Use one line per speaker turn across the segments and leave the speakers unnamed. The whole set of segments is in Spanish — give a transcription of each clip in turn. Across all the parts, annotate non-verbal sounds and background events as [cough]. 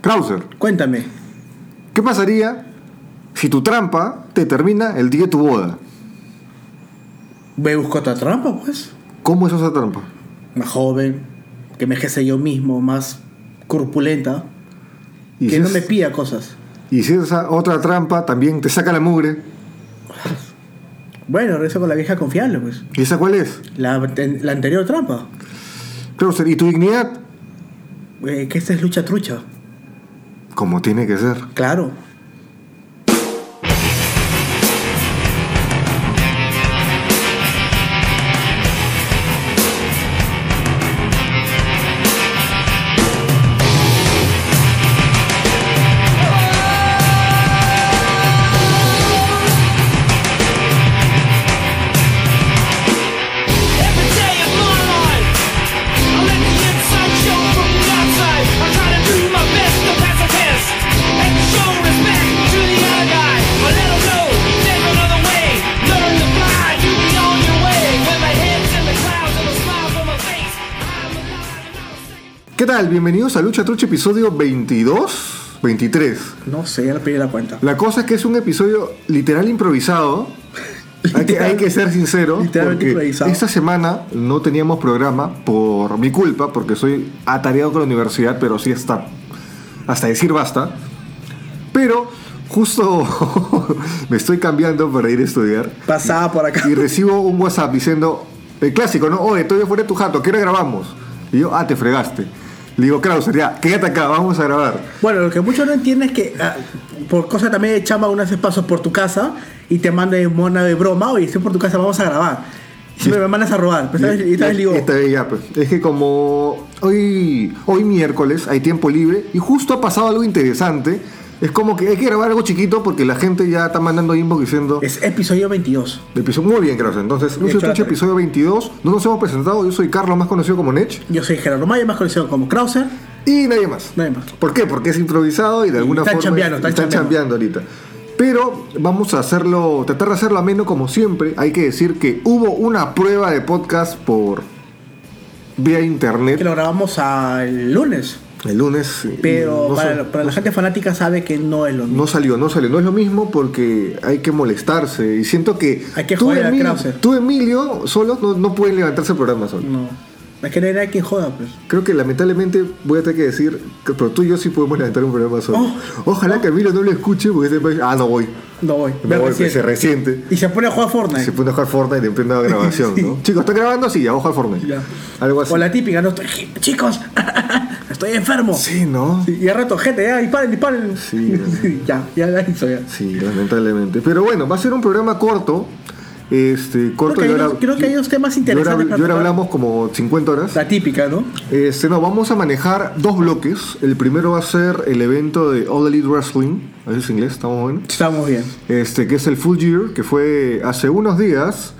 Krauser,
Cuéntame.
¿qué pasaría si tu trampa te termina el día de tu boda?
Me busco otra trampa, pues.
¿Cómo es esa trampa?
Más joven, que me envejece yo mismo, más corpulenta,
Y
que
si
no
es-
me pida cosas.
Y si esa otra trampa también te saca la mugre,
Bueno, regreso con la vieja confiable, pues.
¿y esa cuál es?
La, la anterior trampa.
Krauser, ¿y tu dignidad?
Eh, que esta es lucha trucha.
Como tiene que ser.
Claro.
Every day of my life, I let the inside show from the outside. I try to do my best to pass a test and show respect to the other guy. I let 'em know there's another way. Learn to fly, you be on your way. With my head's in the clouds and a smile on my face, I'm alive and I'm singing.
¿Qué tal? Bienvenidos a Lucha Trucha episodio 22, 23.
No sé, ya le pedí la cuenta.
La cosa es que es un episodio literal improvisado. [laughs] Hay que, hay que ser sincero.
Literalmente
porque
improvisado.
Esta semana no teníamos programa por mi culpa, porque soy atareado con la universidad, pero sí hasta, hasta decir basta. Pero justo [laughs] me estoy cambiando para ir a estudiar
Pasaba por acá.
y recibo un WhatsApp diciendo, el clásico, ¿no? Oye, estoy fuera de tu jato, ¿qué hora grabamos? Y yo, ah, te fregaste. Le digo, Krauser, ya, quédate acá, vamos a grabar.
Bueno, lo que muchos no entienden es que ah, por cosa también de chamba uno hace pasos por tu casa y te manda de mona de broma, oye, estoy por tu casa, vamos a grabar. Siempre me mandas a robar. Pero esta vez, esta vez le digo,
Esta vez ya, pues. Es que como hoy, hoy miércoles hay tiempo libre y justo ha pasado algo interesante. Es como que hay que grabar algo chiquito porque la gente ya está mandando inbox diciendo...
es episodio 22.
Episodio, muy bien, Krauser. Entonces, Lucio
hecho, la
Trucha,
tarea.
episodio 22. No nos hemos presentado. Yo soy Carlos, más conocido como Nech.
Yo soy Gerardo Maya, más conocido como Krauser.
Y nadie más.
Nadie más.
¿Por qué? Porque es improvisado y de alguna
están
forma
chambeando, están
chambeando ahorita. Pero vamos a hacerlo, tratar de hacerlo ameno como siempre. Hay que decir que hubo una prueba de podcast por vía internet
Que lo grabamos al lunes.
el lunes. eh,
Pero
no,
para,
sal-
para la gente fanática sabe que no es lo mismo.
no salió, no salió. No es lo mismo porque hay que molestarse. Y siento que,
Hay que
tú,
joder a
Emilio,
Krauser.
tú, Emilio, solos no, no pueden levantarse el programa solo.
No. Es que no hay nadie quien joda, pues.
Creo que lamentablemente voy a tener que decir, que- pero tú y yo sí podemos levantar un programa solo.
Oh,
Ojalá que Emilio no lo escuche porque después, ah, no voy.
No voy.
Me
Ve
voy, pues,
recién.
se resiente.
Y se pone a jugar Fortnite.
Se pone a jugar Fortnite en plena
[laughs]
grabación, ¿no? Chicos, ¿están grabando? Sí, ya, vamos a jugar Fortnite.
Ya.
Algo así.
O la típica, no estoy. [laughs] Chicos, estoy enfermo.
Sí, ¿no?
Sí, Y al rato, gente, ya, disparen, disparen. [laughs]
Sí,
ya, ya la hizo ya.
Sí, lamentablemente. Pero bueno, va a ser un programa corto. Este, corto
que
y
hay
ahora-
unos- creo que hay unos temas
y ahora-
interesantes para
Y ahora
tocar.
hablamos como 50 horas.
La típica, ¿no?
Este, no, vamos a manejar dos bloques. El primero va a ser el evento de All Elite Wrestling. ¿Eso es inglés? ¿Estamos bien?
Estamos bien.
Este, que es el Full Year, que fue hace unos días.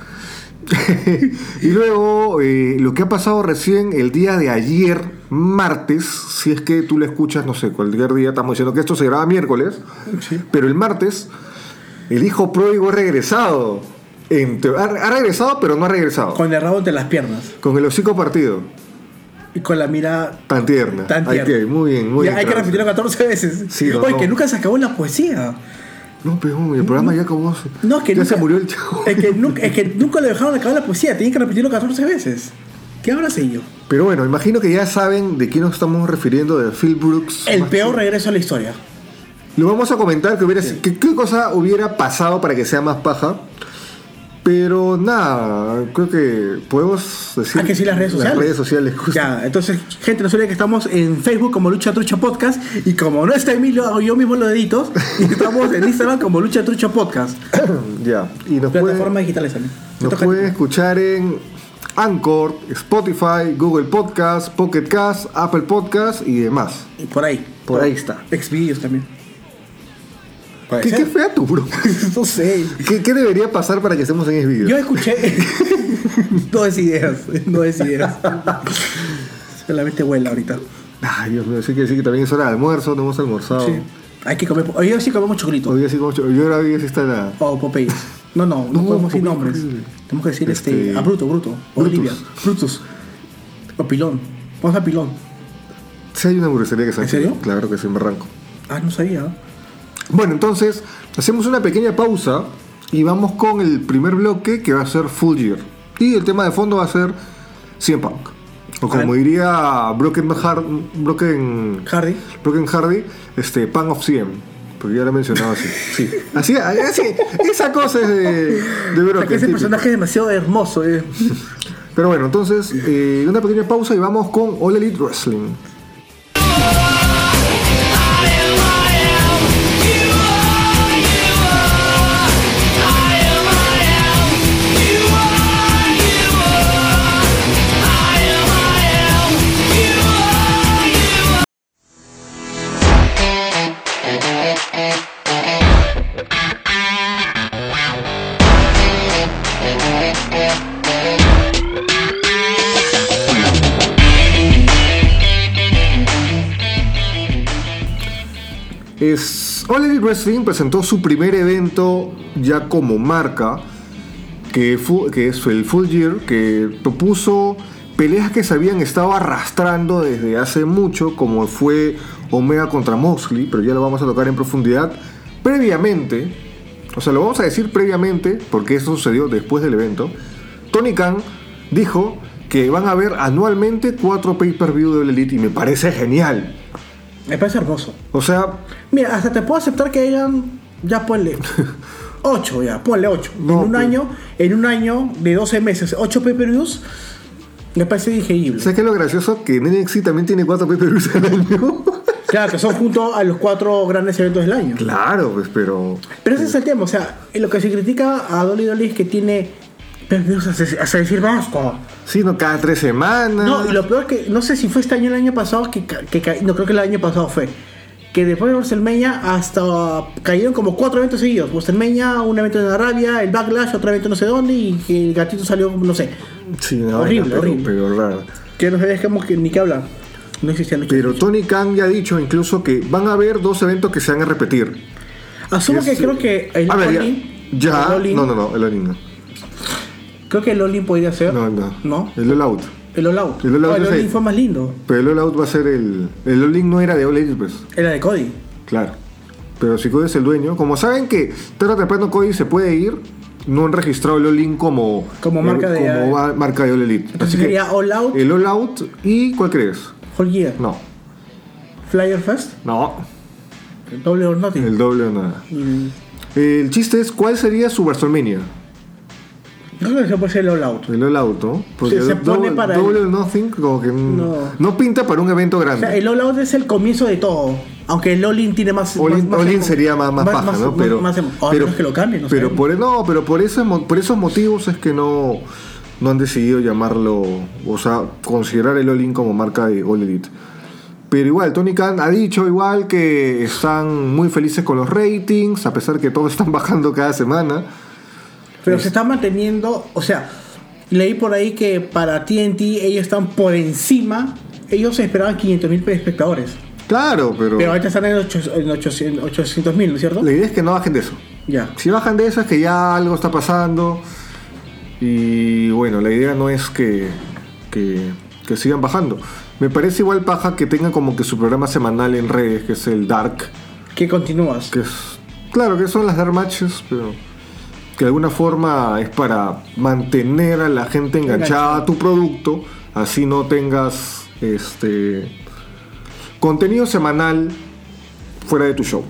[laughs] y luego, eh, lo que ha pasado recién el día de ayer, martes, si es que tú lo escuchas, no sé, cualquier día estamos diciendo que esto se graba miércoles, pero el martes, el hijo pródigo ha regresado. En teo- ha, ha regresado, pero no ha regresado. Con,
Con el rabo entre las piernas.
el hocico partido.
Y con la mirada.
Tan tierna.
Tan
Ahí
tierna.
tiene, muy bien, muy
Ya,
bien.
hay que
Carlos.
repetirlo 14 veces.
Sí, no,
Oye,
no.
que nunca se acabó la poesía.
No, pero el programa ya como...
No, es que
ya
nunca,
se murió el chavo.
Es que nunca, es que nunca le dejaron acabar la poesía. Tenían que repetirlo 14 veces. ¿Qué habrá seguido?
Pero bueno, imagino que ya saben de quién nos estamos refiriendo, de Phil Brooks.
El
Más
peor regreso a la historia.
Lo vamos a comentar que hubiera que- qué cosa hubiera pasado para que sea más paja. Pero nada, creo que podemos decir.
Ah, que sí, las redes sociales.
redes sociales, justo.
Ya, entonces, gente, no se olviden que estamos en Facebook como Lucha Trucha Podcast. Y como no está Emilio, hago yo mismo los deditos. Y estamos en Instagram como Lucha Trucha Podcast.
[laughs] Ya. Y nos
Plataformas
puede,
digitales también. Te
nos
toca a
puede
ti.
escuchar en Anchor, Spotify, Google Podcast, Pocket Cast, Apple Podcast y demás.
Por ahí.
Por ahí está.
Exvideos también. Puede
¿Qué,
ser.
qué fea tu bro. [laughs]
no sé.
¿Qué, qué debería pasar para que estemos en ese video?
Yo escuché. [laughs] no es ideas. No
[laughs]
es ideas. Solamente huela ahorita.
Ay, Dios mío, sí que decir que también es hora de almuerzo, no hemos almorzado.
Sí. Hay que comer. Hoy sí comemos chocolito.
Oh. Hoy día sí como- yo ahora vi si está la.
O Popeyes. No, no,
[laughs]
no,
No,
podemos decir
Popeyes,
nombres.
Oh, horrible.
Tenemos que decir este.
Este,
A Bruto, Bruto. O
Brutus.
Olivia. Brutus. O Pilón. Vamos a Pilón.
Sí, hay una hamburguesería que se llama
¿En serio?
Chino. Claro que sí, en Barranco.
Ah, no sabía.
Bueno, entonces, hacemos una pequeña pausa y vamos con el primer bloque que va a ser Full Year. Y el tema de fondo va a ser 100 Punk. O como
Vale.
diría Broken, Har- Broken,
Hardy.
Broken Hardy, este, Pan of 100. Porque ya lo he mencionado así. Sí. Así, así, esa cosa es de, de
O sea,
Broken.
que ese
típico.
personaje es demasiado hermoso. eh.
Pero bueno, entonces, eh, una pequeña pausa y vamos con All Elite Wrestling. Es, All Elite Wrestling presentó su primer evento ya como marca, que, fu- que es el Full Year, que propuso peleas que se habían estado arrastrando desde hace mucho, como fue Omega contra Moxley, pero ya lo vamos a tocar en profundidad previamente. O sea, lo vamos a decir previamente, porque eso sucedió después del evento. Tony Khan dijo que van a haber anualmente cuatro pay-per-view de All Elite y me parece genial.
Me parece hermoso.
O sea,
Mira, hasta te puedo aceptar que hayan. Ya
[laughs]
ponle. 8, ya, ponle 8.
No,
en un
pues.
año, en un año de 12 meses, 8 pay per views, me parece digerible.
¿Sabes qué es lo gracioso? Que NXT también tiene cuatro pay al año. [laughs]
Claro, que son junto a los cuatro grandes eventos del año.
claro, pues, pero.
Pero ese es el tema, o sea, lo que se critica a Dolly Dolly es que tiene pay per views hasta, hasta decir basta.
Sí, no, cada tres semanas.
No, y lo peor es que, no sé si fue este año o el año pasado, que, ca- que ca- no creo que el año pasado fue. Que después de WrestleMania hasta cayeron como cuatro eventos seguidos. WrestleMania, un evento en Arabia, el Backlash, otro evento no sé dónde y que el gatito salió, como no sé.
Sí, no,
Horrible,
pero,
horrible.
Pero raro.
Que no sabíamos que, ni qué hablar. No existía lucha.
Pero Tony Khan ya ha dicho incluso que van a haber dos eventos que se van a repetir.
Asumo que
Es- eh,
creo que el
a ver, ya-
Olin-
ya.
el Olin-
no, no, no, el Olin no.
Creo que el Olin podría ser.
No, no.
¿No?
El All Out.
El All Out.
El All Out
No, el
es
Olin
el-
fue más lindo.
Pero el All Out va a ser el. El All In no era de All Elite, pues.
Era de Cody.
Claro. Pero si Cody es el dueño, como saben que tarde o temprano Cody se puede ir, no han registrado el All-In como, eh,
Como marca de-
como va- marca de All Elite.
Entonces sería All Out.
El All Out y ¿cuál crees?
Whole Year.
No,
Flyer Fest.
no,
Doble or Nothing.
el doble o nada.
Y-
El chiste es cuál sería su WrestleMania,
Yo creo que se puede ser el All Out.
el All Out, ¿no?
Sí, se
el
pone
doble,
para
doble
el-
o Nothing como que mm,
No.
no. pinta para un evento
O sea,
grande.
el All Out es el comienzo de todo. Aunque el All In tiene más.
All in,
más- más
All In
emo-
sería más, más, paja, ¿no? Pero,
más emo- o a
pero-
menos que lo cambien, no
pero pues- por,
sé.
no, pero por, ese mo- por esos motivos es que no, no han decidido llamarlo, o sea, considerar el All-In como marca de All Elite. Pero igual, Tony Khan ha dicho igual que están muy felices con los ratings, a pesar que todos [laughs] están bajando cada semana.
Pero se está manteniendo. O sea, leí por ahí que para TNT ellos están por encima. Ellos esperaban 500 mil espectadores.
Claro, pero,
Pero ahorita están en 800 mil, ¿no es cierto?
la idea es que no bajen de eso.
Ya.
Si bajan de eso es que ya algo está pasando. Y bueno, la idea no es que, que, que sigan bajando. Me parece igual paja que tengan como que su programa semanal en redes, que es el Dark.
¿Qué continúas?
Que es. Claro que son las Dark Matches, pero. Que de alguna forma es para mantener a la gente enganchada a tu producto. Así no tengas este. contenido semanal fuera de tu show.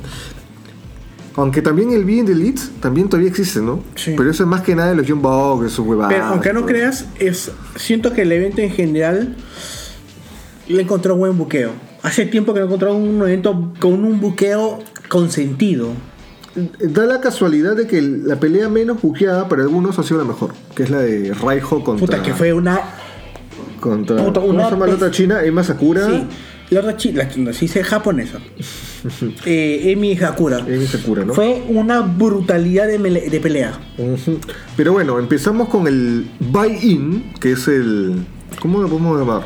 Aunque también el bien de Leeds también todavía existe, ¿no?
Sí.
Pero eso es más que nada de los John Bog, esos huevadas.
Pero aunque no creas, es, siento que el evento en general le encontró un buen buqueo. Hace tiempo que no encontró un evento con un buqueo con sentido.
Da la casualidad de que la pelea menos buqueada para algunos ha sido la mejor, que es la de Raiho contra. ¿Ah?
Puta, que fue una.
Contra.
Puta,
¿Cómo
una
se llama la
pes-
otra china? Emma Sakura.
Sí, la otra chi- la china, sí,
[laughs]
se japonesa. eh, Emi Hakura.
Emi Sakura, ¿no?
Fue una brutalidad de, mele- de pelea.
Ujú. Pero bueno, empezamos con el buy-in, que es el. ¿Cómo lo podemos llamar?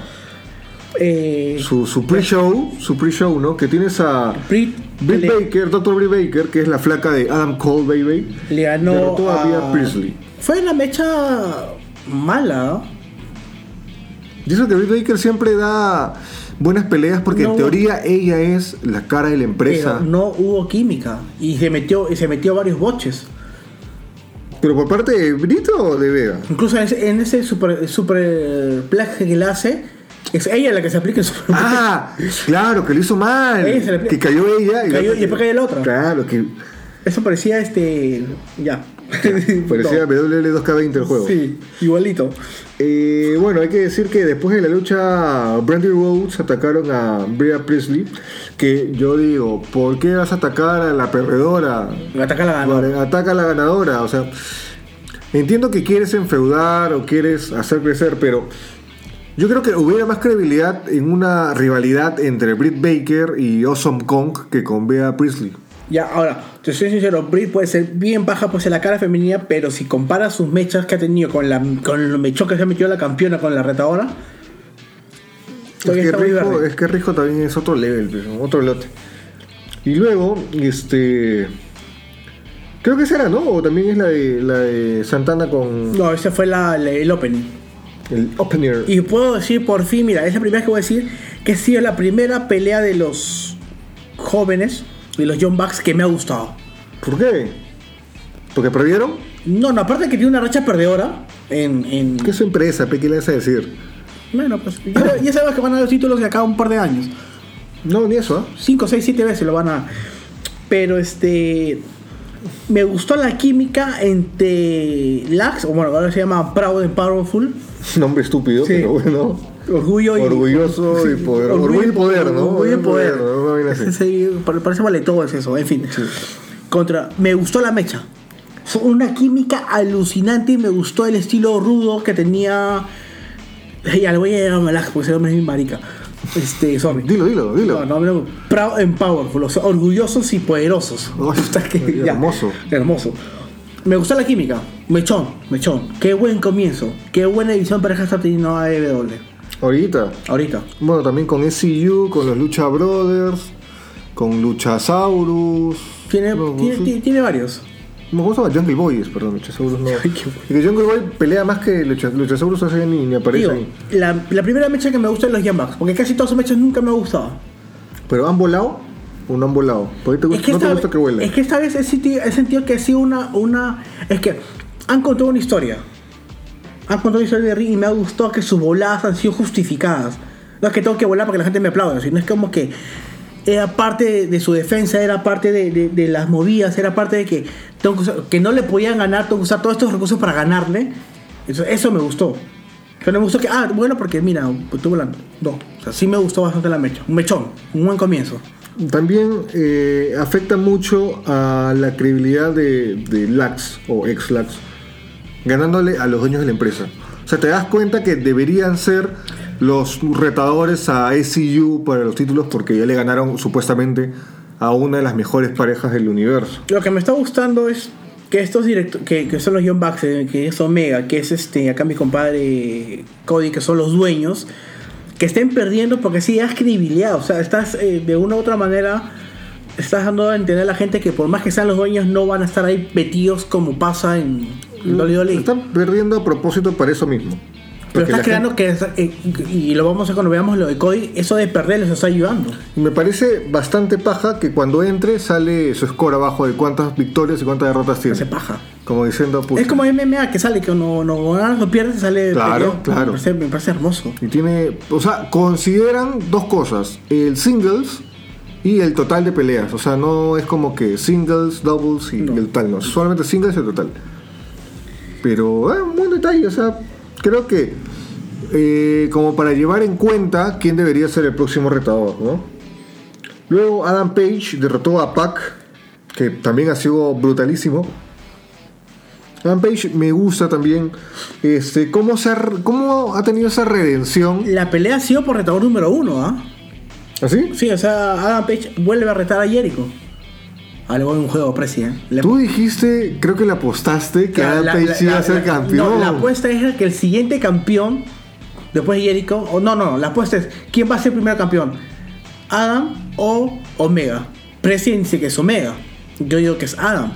Eh,
Su, su pre-show, su pre-show, ¿no? Que tienes a.
Britt
Britt
le-
Baker, Dr. Britt Baker, que es la flaca de Adam Cole, baby.
le ganó
derrotó a Bea Priestley.
Fue una mecha mala.
Dice que Britt Baker siempre da. buenas peleas porque
No.
en teoría ella es la cara de la empresa.
Pero no hubo química y se metió, y se metió varios boches.
Pero por parte de Brito o de Vega.
Incluso en ese, en ese super, super plaje que le hace, es ella la que se aplica el super
Ah, claro, que lo hizo mal.
Ella se le-
Que cayó ella y, la
Cayó
otra-
y después cayó la otra.
Claro, que
[laughs] Eso parecía este. Ya.
[laughs] parecía
No.
WL2K20 el juego.
Sí, igualito.
Eh, bueno, hay que decir que después de la lucha, Brandy Rhodes atacaron a Bria Priestley. Que yo digo, ¿por qué vas a atacar a la perdedora?
Ataca la gana.
Vale, Ataca a la ganadora, o sea, entiendo que quieres enfeudar o quieres hacer crecer, pero yo creo que hubiera más credibilidad en una rivalidad entre Britt Baker y Awesome Kong que con Bea Priestley.
Ya, ahora, te soy sincero, Britt puede ser bien baja por ser la cara femenina, pero si comparas sus mechas que ha tenido con, la, con los mechón que se ha metido la campeona con la retadora,
Es
todavía
que,
está muy
Rijo,
verde.
es que Rijo también es otro level, pero otro lote. Y luego, este. Creo que será, ¿no? O también es la de, la de Santana con
No, ese fue la, la- el opening.
el opener.
Y puedo decir por fin, mira, es la primera vez que voy a decir que ha sido la primera pelea de los jóvenes, de los John Bucks, que me ha gustado.
¿Por qué? ¿Porque perdieron?
No, no, aparte que tiene una racha perdedora en... en
¿Qué es su empresa? pe? ¿Qué le vas a decir?
Bueno, pues ya, ya sabes que van a los títulos de acá a un par de años.
No, ni eso, ¿ah? [laughs]
5, 6, 7 veces lo van a. Pero este. Me gustó la química entre Lax, o bueno, ahora se llama Proud and Powerful,
Nombre estúpido,
Sí.
pero bueno.
Orgullo y.
Orgulloso
[laughs]
y poder. Orgullo y poder, ¿no?
Orgullo y poder.
¿no? Una vaina así.
[laughs] Sí, pare- parece vale todo es eso, en fin. Contra. Me gustó la mecha. Fue Una química alucinante y me gustó el estilo rudo que tenía. Ya lo voy a llamar Lax, porque ese hombre es mi pues marica. Este, sorry.
Dilo, dilo, dilo.
No, no, no, proud and powerful, o sea, orgullosos y poderosos. [laughs]
Uy,
Puta que-
hermoso.
Hermoso. Me gustó la química. Mechón, mechón. Qué buen comienzo. Qué buena división pareja está teniendo AEW.
Ahorita.
E Ahorita.
Bueno, también con SCU, con los Lucha Brothers, con Luchasaurus.
Tiene,
No,
tiene,
sí.
ti- tiene varios.
No, ¿Cómo se llama? Jungle Boys, perdón, Luchasaurus no.
[laughs] Ay, qué bueno.
Y que Jungle Boy pelea más que Lucha- Luchasaurus, o sea, ni, ni aparece
Digo,
ahí.
la, la primera mecha que me gusta es los Jambax, porque casi todos sus mechas nunca me han gustado.
Pero han volado o no han volado. ¿Por qué te gusta,
Es que,
no te
esta,
gusta que vuelen?
es que esta vez he sentido, he sentido que ha sido una, una. Es que han contado una historia. Han contado una historia de Ring y me ha gustado que sus voladas han sido justificadas. No es que tengo que volar para que la gente me aplaude, sino es como que era parte de, de su defensa, era parte de, de- de las movidas, era parte de que, tengo que, usar- que no le podían ganar, tengo que usar todos estos recursos para ganarle. Eso, eso me gustó. Pero no me gustó que, ah, bueno, porque mira, pues estoy volando. No, o sea, sí me gustó bastante la mecha. Un mechón, un buen comienzo.
También eh, afecta mucho a la credibilidad de, de Lax o ex Lax, ganándole a los dueños de la empresa. O sea, te das cuenta que deberían ser los retadores a SCU para los títulos porque ya le ganaron supuestamente a una de las mejores parejas del universo.
Lo que me está gustando es que estos directos, que, que son los John Bucks, eh, que es Omega, que es este, acá mi compadre Cody, que son los dueños, que estén perdiendo porque sí, has credibilidad, o sea, estás eh, de una u otra manera, estás dando a entender a la gente que por más que sean los dueños, no van a estar ahí metidos como pasa en en
Mm,
WWE.
Están perdiendo a propósito para eso mismo.
Pero
Porque la
estás creando que, eh, y lo vamos a cuando veamos lo de Cody, eso de perder les está ayudando.
gente- me parece bastante paja que cuando entre sale su score abajo de cuántas victorias y cuántas derrotas tiene.
Hace paja.
Como diciendo, puta.
Es como MMA que sale, que no, no ganas, no pierdes, sale.
Claro,
peleado.
claro.
Me parece- me parece hermoso.
Y tiene, o sea, consideran dos cosas, el singles y el total de peleas. O sea, no es como que singles, doubles y
No.
el total, no, solamente singles y el total. Pero, eh, un buen detalle, o sea, creo que eh, como para llevar en cuenta quién debería ser el próximo retador, ¿no? Luego Adam Page derrotó a Pac, que también ha sido brutalísimo. Adam Page me gusta también este, cómo, se ha, cómo ha tenido esa redención.
La pelea ha sido por retador número uno, ¿ah?
¿Así?
Sí, o sea, Adam Page vuelve a retar a Jericho. Ah, Algo en un juego, Presi, ¿eh? La-
Tú dijiste, creo que le apostaste que
la-
Adam
la-
Page
la-
iba
la-
a ser
la-
campeón.
no, la apuesta es que el siguiente campeón, después de Jericho, o no, no, no, la apuesta es quién va a ser el primer campeón, Adam o Omega. Presi dice que es Omega, yo digo que es Adam.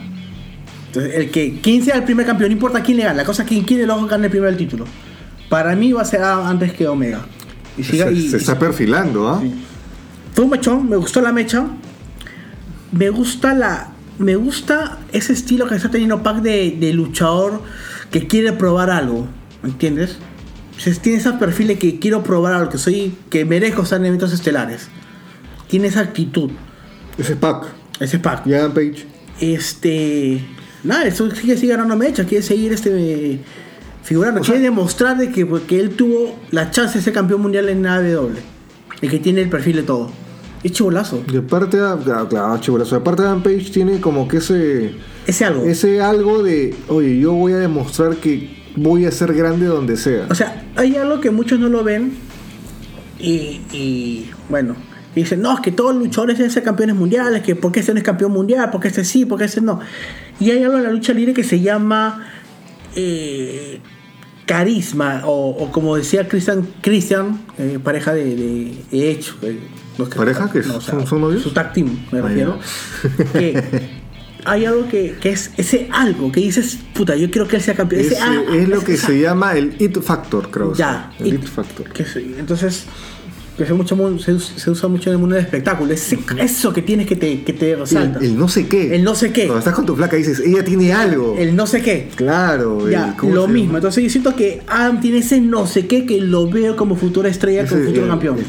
Entonces, el que quién sea el primer campeón, no importa quién le gana, la cosa es quién, quién de los dos gana el primero el título. Para mí va a ser Adam antes que Omega. Y siga-
Se,
y-
se está perfilando, ¿ah?
Fue un mechón, me gustó la mecha. Me gusta la. Me gusta ese estilo que está teniendo Pac de, de luchador que quiere probar algo. ¿Me entiendes? Se- Tiene ese perfil de que quiero probar algo, que soy. que merezco estar en eventos estelares. Tiene esa actitud.
Ese es Pac.
Ese es Pac.
Jan Page.
Este. Nada, eso sigue, sigue ganando mecha, quiere seguir este. figurando, quiere demostrar de que, que él tuvo la chance de ser campeón mundial en AEW. Y que tiene el perfil de todo. Es chibolazo.
Y aparte, ah, claro, claro, chivolazo. Aparte, Dan Page tiene como que ese,
Ese algo.
ese algo de, oye, yo voy a demostrar que voy a ser grande donde sea.
O sea, hay algo que muchos no lo ven. Y, y, bueno, dicen, no, es que todos los luchadores deben ser campeones mundiales, que porque este no es campeón mundial, porque este sí, porque este no. Y hay algo en la lucha libre que se llama eh, carisma, o, o como decía Christian, Christian eh, pareja de, de Edge, eh, no es
¿Pareja que
no,
son- son novios?
Su tag team, me
Ah,
refiero.
ya.
que hay algo que, que es ese algo que dices, puta, yo quiero que él sea campeón. Ese
Ese
ah,
es lo que
esa-
se llama el It Factor, creo.
ya.
El
y-
It Factor.
que se- entonces, que se, mucho, mu- se, us- se usa mucho en el mundo del espectáculo. Es eso que tienes que te, que te resalta.
El, el no sé qué.
El no sé qué.
Cuando estás con tu flaca dices, ella tiene algo.
El no sé qué.
claro. el-
Ya,
¿cómo
lo
se
mismo.
llama?
Entonces yo siento que Adam tiene ese no sé qué que lo veo como futura estrella, como
Ese,
futuro
eh,
campeón.
eh,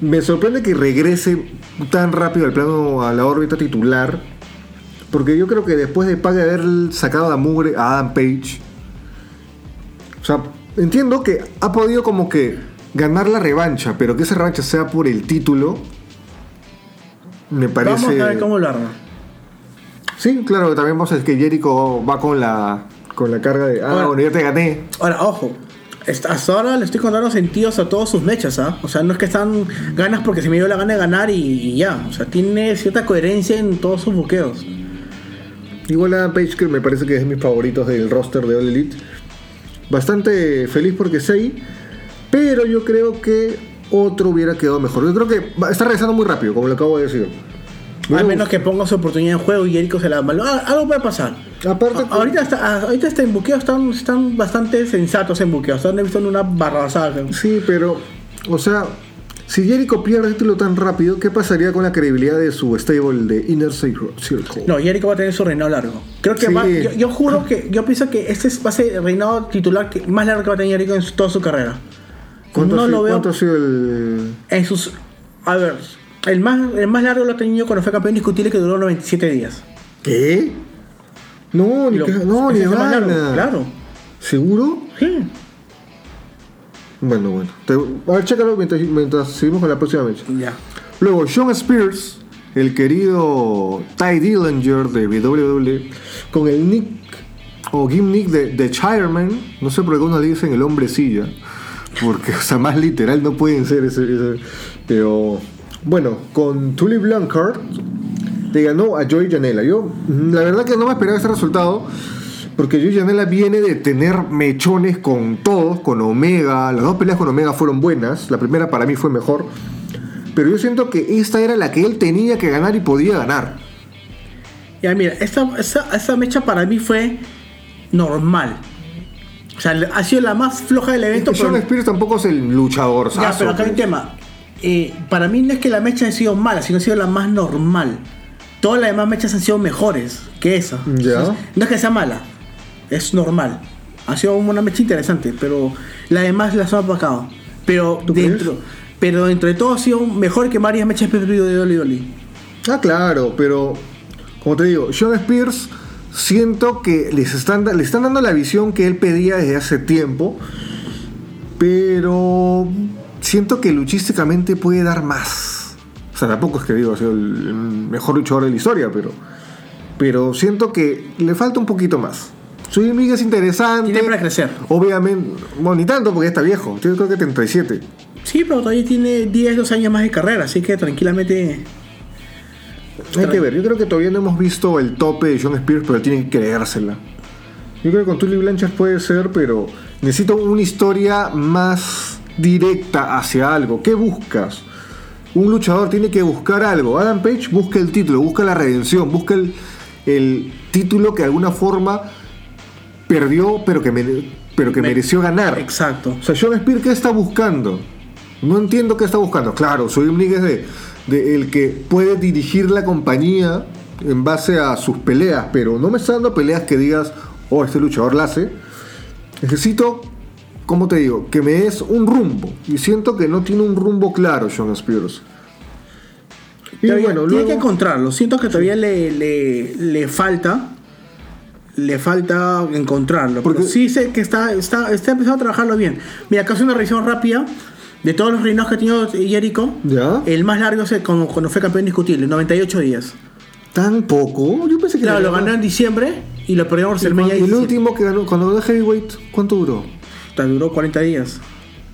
Me sorprende que regrese tan rápido al plano, a la órbita titular. Porque yo creo que después de Pac haber sacado la mugre a Adam Page. O sea, entiendo que ha podido como que ganar la revancha, pero que esa revancha sea por el título. Me parece.
Vamos a ver cómo lo arma.
Sí, claro, también vamos a ver que Jericho va con la con la carga de. Ah,
Ahora-
bueno, ya te gané.
Ahora, ojo. est- Hasta ahora le estoy contando sentidos a todos sus mechas, ¿ah? O sea, no es que están ganas porque se me dio la gana de ganar y, y ya. O sea, tiene cierta coherencia en todos sus buqueos.
Igual Adam Page, que me parece que es de mis favoritos del roster de All Elite. Bastante feliz porque es ahí, pero yo creo que otro hubiera quedado mejor. Yo creo que va- está regresando muy rápido, como lo acabo de decir.
Al menos que ponga su oportunidad en juego y Jericho se la malo. Ah, Algo puede pasar.
Aparte,
A- ahorita, está, a- ahorita está en buqueo, están, están bastante sensatos en buqueo. Están visto en una barrazada.
Sí, pero, o sea, si Jericho pierde el título tan rápido, ¿qué pasaría con la credibilidad de su stable de Inner Circle?
No, Jericho va a tener su reinado largo. Creo que
Sí.
va- yo, yo juro que, yo pienso que este es- va a ser el reinado titular que, más largo que va a tener Jericho en su- toda su carrera.
¿Cuánto,
no
ha sido,
lo veo
cuánto ha sido el...?
en sus. A ver, el más, el más largo lo ha tenido cuando fue campeón discutible que duró 97 días.
¿Qué? No, ni,
Lo-
que- no,
ese
ni
es el más largo,
vaina.
Claro.
¿Seguro?
Sí.
Bueno, bueno. Te- a ver, chécalo mientras, mientras seguimos con la próxima vez.
Ya.
Luego, Sean Spears, el querido Ty Dillinger de WWE, con el nick o gimnick de The Chairman. No sé por qué algunos le dicen el hombre silla. Porque, [laughs] o sea, más literal no pueden ser ese. ese- Pero, bueno, con Tully Blanchard le ganó a Joey Janela. Yo, mm, la verdad que no me esperaba ese resultado. Porque Joey Janela viene de tener mechones con todos, con Omega. Las dos peleas con Omega fueron buenas. La primera para mí fue mejor. Pero yo siento que esta era la que él tenía que ganar y podía ganar.
Ya, mira, esta, esta- esta mecha para mí fue normal. O sea, ha sido la más floja del evento.
Sean
pero-
Spears tampoco es el luchador. pues.
ya, pero acá hay un tema. Eh, para mí no es que la mecha haya sido mala, sino ha sido la más normal. Todas las demás mechas han sido mejores que esa.
Ya.
Entonces, no es que sea mala, es normal. Ha sido una mecha interesante, pero las demás las han apacado. Pero
crees?
dentro, pero dentro de todo ha sido mejor que varias mechas de WWE.
Ah, claro, pero como te digo, Sean Spears siento que les están, da- le están dando la visión que él pedía desde hace tiempo, pero siento que luchísticamente puede dar más. O sea, tampoco es que digo, ha sido el el mejor luchador de la historia, pero, pero siento que le falta un poquito más. Su gimmick es interesante.
Tiene para crecer.
Obviamente, bueno, ni tanto porque ya está viejo, tiene creo que 37.
Sí, pero todavía tiene 10, 12 años más de carrera, así que tranquilamente
Hay que ver, yo creo que todavía no hemos visto el tope de John Spears, pero tienen que creérsela. Yo creo que con Tully Blanchard puede ser, pero necesito una historia más directa hacia algo. ¿Qué buscas? Un luchador tiene que buscar algo. Adam Page busca el título, busca la redención, busca el, el título que de alguna forma perdió, pero que, mere- pero que
Me-
mereció ganar.
Exacto.
O sea, John Spears, ¿qué está buscando? No entiendo qué está buscando. Claro, soy un nigga de, de el que puede dirigir la compañía en base a sus peleas, pero no me está dando peleas que digas, oh, este luchador la hace. Necesito, ¿cómo te digo? Que me des un rumbo. Y siento que no tiene un rumbo claro Sean Spears. Y
Todavía
bueno,
tiene
luego-
que encontrarlo. Siento que todavía le, le, le falta. Le falta encontrarlo. Porque
Porque-
sí sé que está, está, está empezando a trabajarlo bien. Mira, acá hace una revisión rápida de todos los reinos que ha tenido Jericho.
¿Ya?
El más largo es el como cuando fue campeón indiscutible, 98 días.
¿Tan poco? Yo pensé que
Claro,
era
lo
más.
ganó en diciembre y lo perdió en
Y cuando-
WrestleMania.
y el
17.
último que ganó, cuando ganó Heavyweight, ¿cuánto duró?
Puta, Duró 40 días.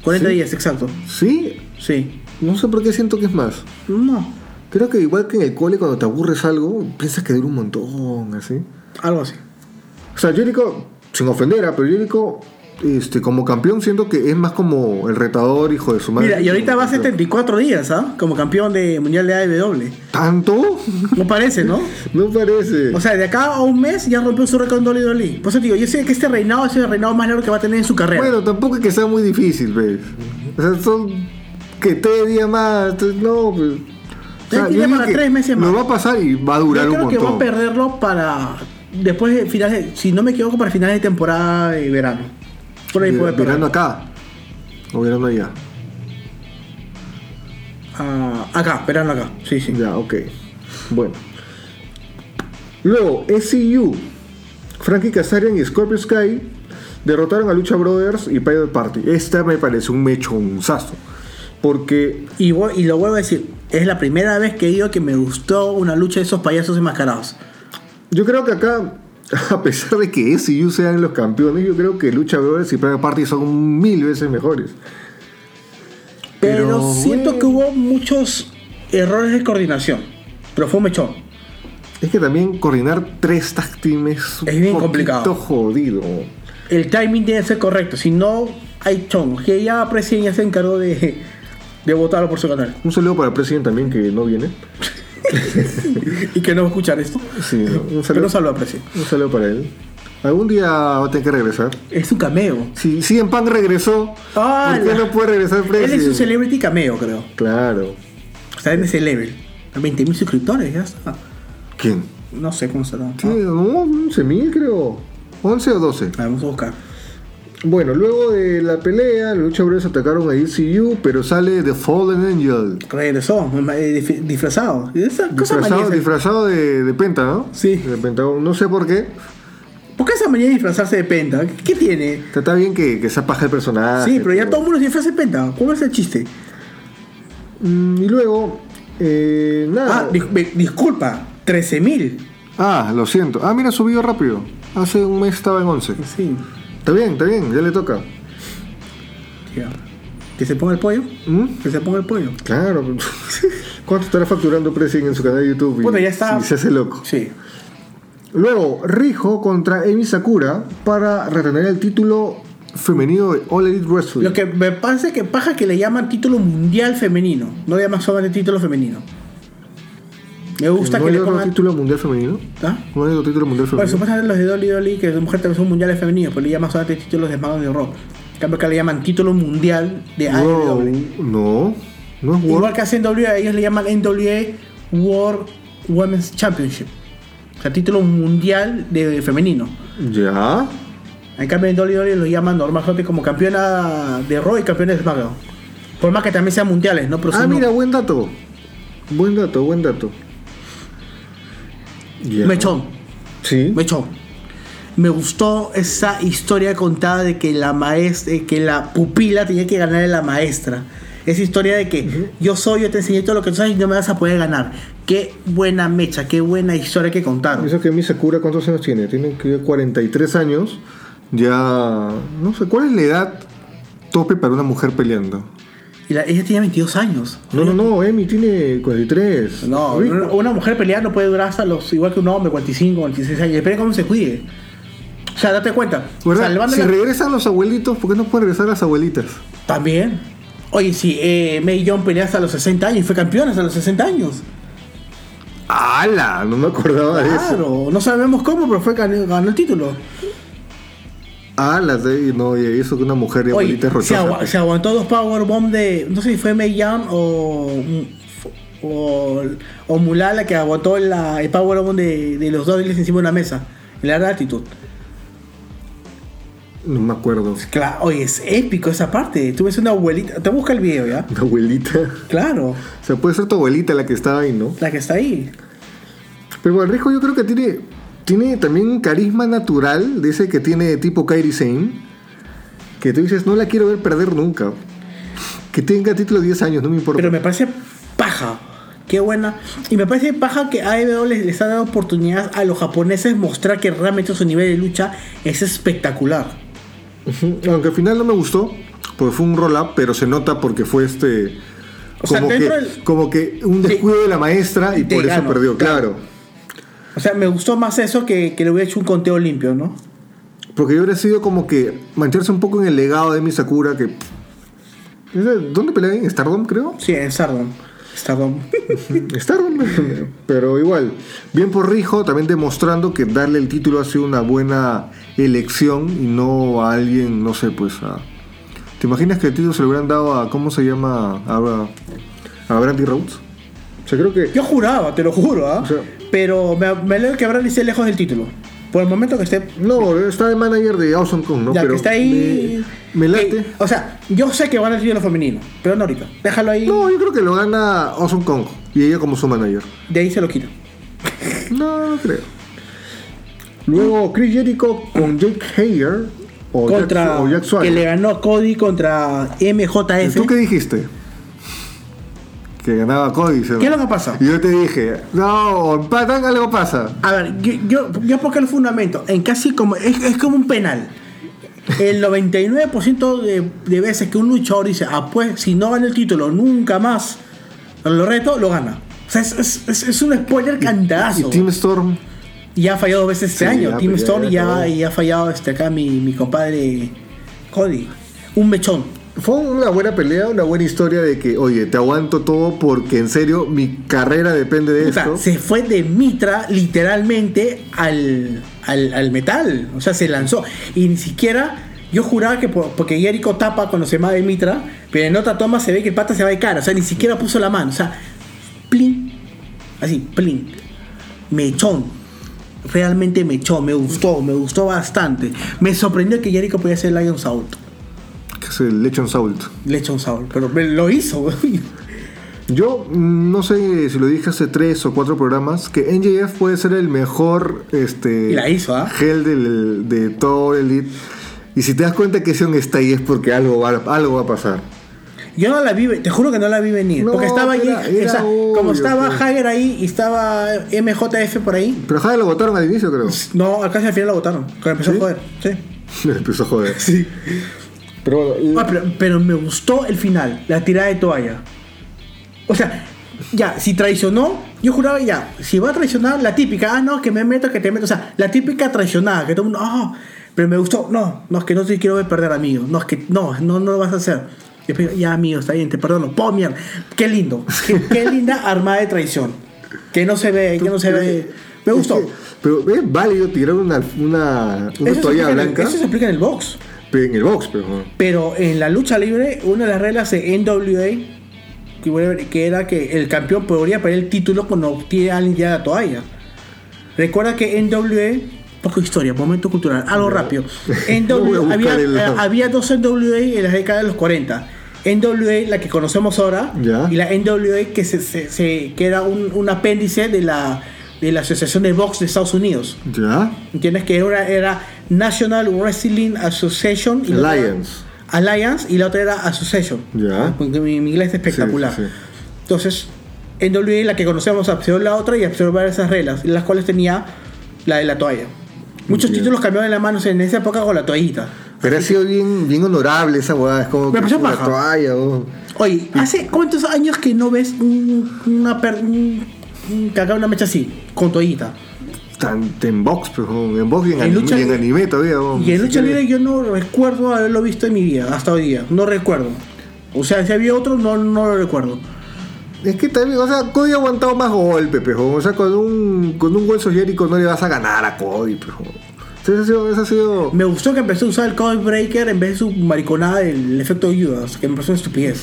40
¿Sí?
días, exacto.
¿Sí?
Sí.
No sé por qué siento que es más.
No.
Creo que igual que en el cole, cuando te aburres algo, piensas que dura un montón, así.
Algo así.
O sea, Jericho, sin ofender, ah, pero Jericho, este, como campeón, siento que es más como el retador, hijo de su madre.
Mira, y ahorita va a
Como
74 días, ¿ah? Como campeón de Mundial de AEW. [laughs]
¿Tanto?
No parece, ¿no?
No parece.
O sea, de acá a un mes ya rompió su récord en Dolly Dolly. Por eso te digo, yo sé que este reinado es el reinado más largo que va a tener en su carrera.
bueno, tampoco es que sea muy difícil, ¿ves? O sea, son que tres días más, entonces, no, pues. O sea,
Él tiene
yo digo
para
que
tres
Lo
meses más.
va a pasar y va a
yo
durar
creo
un
que va a
montón.
perderlo para después de finales, si no me equivoco, para finales de temporada de verano. Por ahí
Vir-
puede perder.
virando acá o virando allá.
Ah, acá, verano acá. Sí, sí.
Ya, ok. Bueno. Luego, SCU. Frankie Kazarian y Scorpio Sky derrotaron a Lucha Brothers y Private Party. Esta me parece un mechonzazo. Porque
Y, vu- y lo vuelvo a decir, es la primera vez que digo que me gustó una lucha de esos payasos enmascarados.
yo creo que acá, [laughs] a pesar de que SCU sean los campeones, yo creo que Lucha Brothers y Private Party son mil veces mejores.
Pero,
Pero,
siento que hubo muchos errores de coordinación. Pero fue un mechón.
Es que también coordinar tres tag teams
Es bien
un poquito
complicado.
jodido.
El timing tiene que ser correcto. Si no, hay chongos. Que ya recién ya se encargó de, de votarlo por su canal.
Un saludo para el presidente también que no viene.
y que no va a escuchar esto. [laughs]
Sí, ¿no? un
Pero
saludo.
no saludo a Presidente.
Un saludo para él. Algún día va a tener que regresar.
Es un cameo.
Si, si en Pan regresó,
¡Hala!
¿por qué no puede regresar
Ah, Él es un
President?
celebrity cameo, creo.
Claro.
Está en ese level. 20.000 suscriptores, ya está.
¿Quién?
No sé cómo será.
Sí, no, 11 mil creo. 11 o 12.
Ah, vamos a buscar.
Bueno, luego de la pelea, los Lucha Brothers atacaron a ECU, pero sale The Fallen Angel.
Regresó, eh, dif- disfrazado. Esa cosa
Disfrazado,
mañana.
disfrazado de, de Penta, ¿no?
Sí.
De Pentagón. No sé por qué.
¿Por qué esa manía de disfrazarse de penta? ¿Qué tiene?
Está, está bien que, que se apaja el personaje.
sí, pero ya todo el mundo se disfraza de penta. ¿Cuál es el chiste?
Mm, Y luego, eh,
Ah,
nada.
dis- me- disculpa, 13.000.
Ah, lo siento. Ah, mira, subió rápido. Hace un mes estaba en 11.
Pues Sí.
Está bien, está bien, ya le toca.
Ya. Que se ponga el pollo.
¿Mm?
Que se ponga el pollo.
Claro. [laughs] ¿Cuánto estará facturando Pressing en su canal de YouTube? Y,
Puta, ya está.
y se hace loco.
Sí.
Luego, Rijo contra Emi Sakura para retener el título femenino de All Elite Wrestling.
Lo que me pasa es que paja que le llaman título mundial femenino. No le llaman solamente título femenino. Me gusta
¿No
que
hay
le
otro
pongan.
título mundial femenino?
¿Ah?
¿No hay otro título mundial
Bueno,
femenino?
supuestamente los de Dolly Dolly, que de mujer también son mundiales femeninos, pero le llaman solamente títulos de SmackDown y Rock. En cambio, acá le llaman título mundial de
Wow,
AEW.
no, no es
Igual
World.
que hacen WWE, ellos le llaman NWA World Women's Championship. O sea, título mundial de femenino.
Ya.
En cambio, en WWE lo llaman normalmente como campeona de Raw y campeona de SmackDown. Por más que también sean mundiales, ¿no? Pero
Ah,
son-
mira, buen dato. Buen dato, buen dato. Ya.
Mechón,
Sí.
mechón. Me gustó esa historia contada de que la maestra, eh, que la pupila tenía que ganar a la maestra. Esa historia de que yo soy, yo te enseñé todo lo que tú sabes y no me vas a poder ganar. Qué buena mecha, qué buena historia que contaron.
Eso que mi Sakura, ¿cuántos años tiene? Tiene que 43 años. Ya. No sé, ¿cuál es la edad tope para una mujer peleando?
Y la- ella tenía 22 años.
No, no, no, Emi tiene 43.
No,
Uy,
una- una mujer pelear no puede durar hasta los igual que un hombre, 45, 46 años. Depende cómo se cuide. O sea, date cuenta.
¿verdad?
salvando
Si
la-
regresan los abuelitos, ¿por qué no pueden regresar las abuelitas?
También. Oye, sí, eh, May John peleó hasta los 60 años y fue campeona hasta los 60 años.
¡Hala! No me acordaba de eso.
Claro, no sabemos cómo, pero fue gan- ganó el título.
Ah, la de, no, y eso que una mujer de
Oye,
abuelita es
se,
rochosa.
agua- se aguantó dos powerbomb de. No sé si fue Mei Yan o. O, o Mulala que aguantó la, el powerbomb de, de los dos dealers encima de una mesa. En la gratitud.
No me acuerdo.
Claro, oye, es épico esa parte. Tú ves una abuelita. Te busca el video, ¿ya?
Una abuelita.
Claro,
O sea, puede ser tu abuelita la que está ahí, ¿no?
la que está ahí.
Pero bueno, Rijo yo creo que tiene, tiene también un carisma natural de ese que tiene tipo Kairi Sane. Que tú dices, no la quiero ver perder nunca. Que tenga título de 10 años, no me importa.
Pero me parece paja. Qué buena. Y me parece paja que AEW les, les ha dado oportunidad a los japoneses mostrar que realmente su nivel de lucha es espectacular.
Ujú. Aunque al final no me gustó, porque fue un roll-up, pero se nota porque fue este.
O sea,
como, que,
dentro del-
como que un descuido de, la maestra y
de
por eso
gano,
perdió,
claro.
claro.
O sea, me gustó más eso que, que le hubiera hecho un conteo limpio, ¿no?
Porque yo hubiera sido como que mancharse un poco en el legado de mi Sakura, que. ¿Dónde peleé? ¿En Stardom, creo?
Sí, en Stardom. Stardom.
Stardom. Pero igual, bien por Rijo, también demostrando que darle el título ha sido una buena elección y no a alguien, no sé, pues a. ¿Te imaginas que el título se lo hubieran dado a. ¿Cómo se llama? A, a Brandy Rhodes? O sea, creo que.
Yo juraba, te lo juro, ¿ah?
O sea-
Pero me, me alegro que Bradley esté lejos del título. Por el momento que esté.
No, está de manager de Awesome Kong, ¿no?
ya
Pero
que está ahí.
Me, me late.
Eh, o sea, yo sé que van al título femenino, pero no ahorita. Déjalo ahí.
No, yo creo que lo gana Awesome Kong y ella como su manager.
De ahí se lo quito.
No, no creo. Luego Chris Jericho con Jake Hayer o Jack,
contra
o Jack
que
Swagger.
le ganó Cody contra MJF.
¿Tú qué dijiste? Que ganaba Cody. ¿no?
¿Qué es lo que pasa?
Y yo te dije, no, empatan, algo pasa.
A ver, yo, yo, yo porque el fundamento, en casi como es, es como un penal. El 99% de, de veces que un luchador dice, ah, pues si no gana el título nunca más, lo reto, lo gana. O sea, es, es- es- es un spoiler
Y
cantadazo.
Team Storm,
Y ha fallado dos veces este
Sí,
año.
ya,
Team
pues, ya,
Storm
ya
ya,
acabó.
y ha fallado este, acá mi, mi compadre Cody. Un mechón.
fue una buena pelea, una buena historia de que, oye, te aguanto todo porque en serio mi carrera depende de
Puta,
esto.
se fue de Mitra literalmente al, al, al metal. O sea, se lanzó. Y ni siquiera. Yo juraba que por- porque Jericho tapa cuando se va de Mitra, pero en otra toma se ve que el pata se va de cara. O sea, ni siquiera puso la mano. O sea, plin. Así, plin. Mechón. Realmente mechón. Me gustó, me gustó bastante. Me sorprendió que Jericho podía ser Lion Soul.
Que es el Lechon Salt.
Lechon Soul. Pero me- lo hizo.
Yo mm, no sé si lo dije hace tres o cuatro programas, que NJF puede ser el mejor este,
Y la hizo, ¿ah?
gel del- de todo el lead. Y si te das cuenta que Sion está ahí es porque algo va, algo va a pasar.
Yo no la vi, te juro que no la vi venir.
No,
porque estaba allí,
era- era
o sea,
obvio,
como estaba
pues.
Hager ahí y estaba MJF por ahí.
Pero Jade lo votaron al inicio, creo. [laughs]
No, casi al final la votaron. Cuando empezó
¿Sí?
a joder. Sí.
Me empezó a joder. Sí. Pero bueno, y-
Ah, pero, pero me gustó el final, la tirada de toalla. O sea, ya, si traicionó, yo juraba ya, si va a traicionar, la típica, ah, no, que me meto, que te meto. O sea, la típica traicionada, que todo el mundo, ah, pero me gustó, no, no, es que no te quiero ver perder, amigo. No, es que no, no, no lo vas a hacer. Y después, ya, amigo, está bien, te perdono. ¡Pum, mierda! ¡Qué lindo! ¡Qué, qué linda [laughs] armada de traición! Que no se ve, que no se ve. Me
es
gustó.
que- pero eh, es válido tirar una, una, una
Eso se
toalla
aplica en el-
blanca
eso se aplica en el box.
en el box, pero bueno.
Pero en la lucha libre, una de las reglas de NWA, que whatever, que era que el campeón podría perder el título cuando obtiene a alguien ya la toalla. Recuerda que NWA, poco historia, momento cultural, algo rápido.
[laughs] Voy a
NWA,
buscar
había,
el-
eh, había dos NWA en la década de los 40. NWA, la que conocemos ahora,
Ya.
y la NWA, que, se, se- se- que era un, un apéndice de la, de la Asociación de Box de Estados Unidos.
¿Ya?
¿Entiendes? Que era, era National Wrestling Association. la otra-
Alliance.
Alliance y la otra era Association.
Ya.
Porque mi, mi inglés es espectacular.
Sí, sí, sí.
Entonces, en WWE la que conocíamos absorbió la otra y absorbió varias de esas reglas, las cuales tenía la de la toalla. Muchos
Bien.
títulos cambiaron las manos en esa época con la toallita.
Pero ha sido bien, bien honorable esa huevada. Es como
Me
que
pareció
una
paja.
toalla. oh.
Oye, ¿hace cuántos años que no ves un- una per- un- un- que haga una mecha así, con toallita?
Tan- en box, pues, oh, en box y en,
En
anime,
lucha
y en
libre.
anime todavía. oh,
Y en
ni
lucha
siquiera-
libre yo no recuerdo haberlo visto en mi vida, hasta hoy día. No recuerdo. O sea, si había otro, no, no lo recuerdo.
Es que también, o sea, Cody ha aguantado más golpes, pejo. O sea, con un, con un hueso Jericho no le vas a ganar a Cody, pejo. Ese ha sido, ese ha sido
Me gustó que empezó a usar el Code Breaker en vez de su mariconada del efecto Judas, que me pareció una estupidez.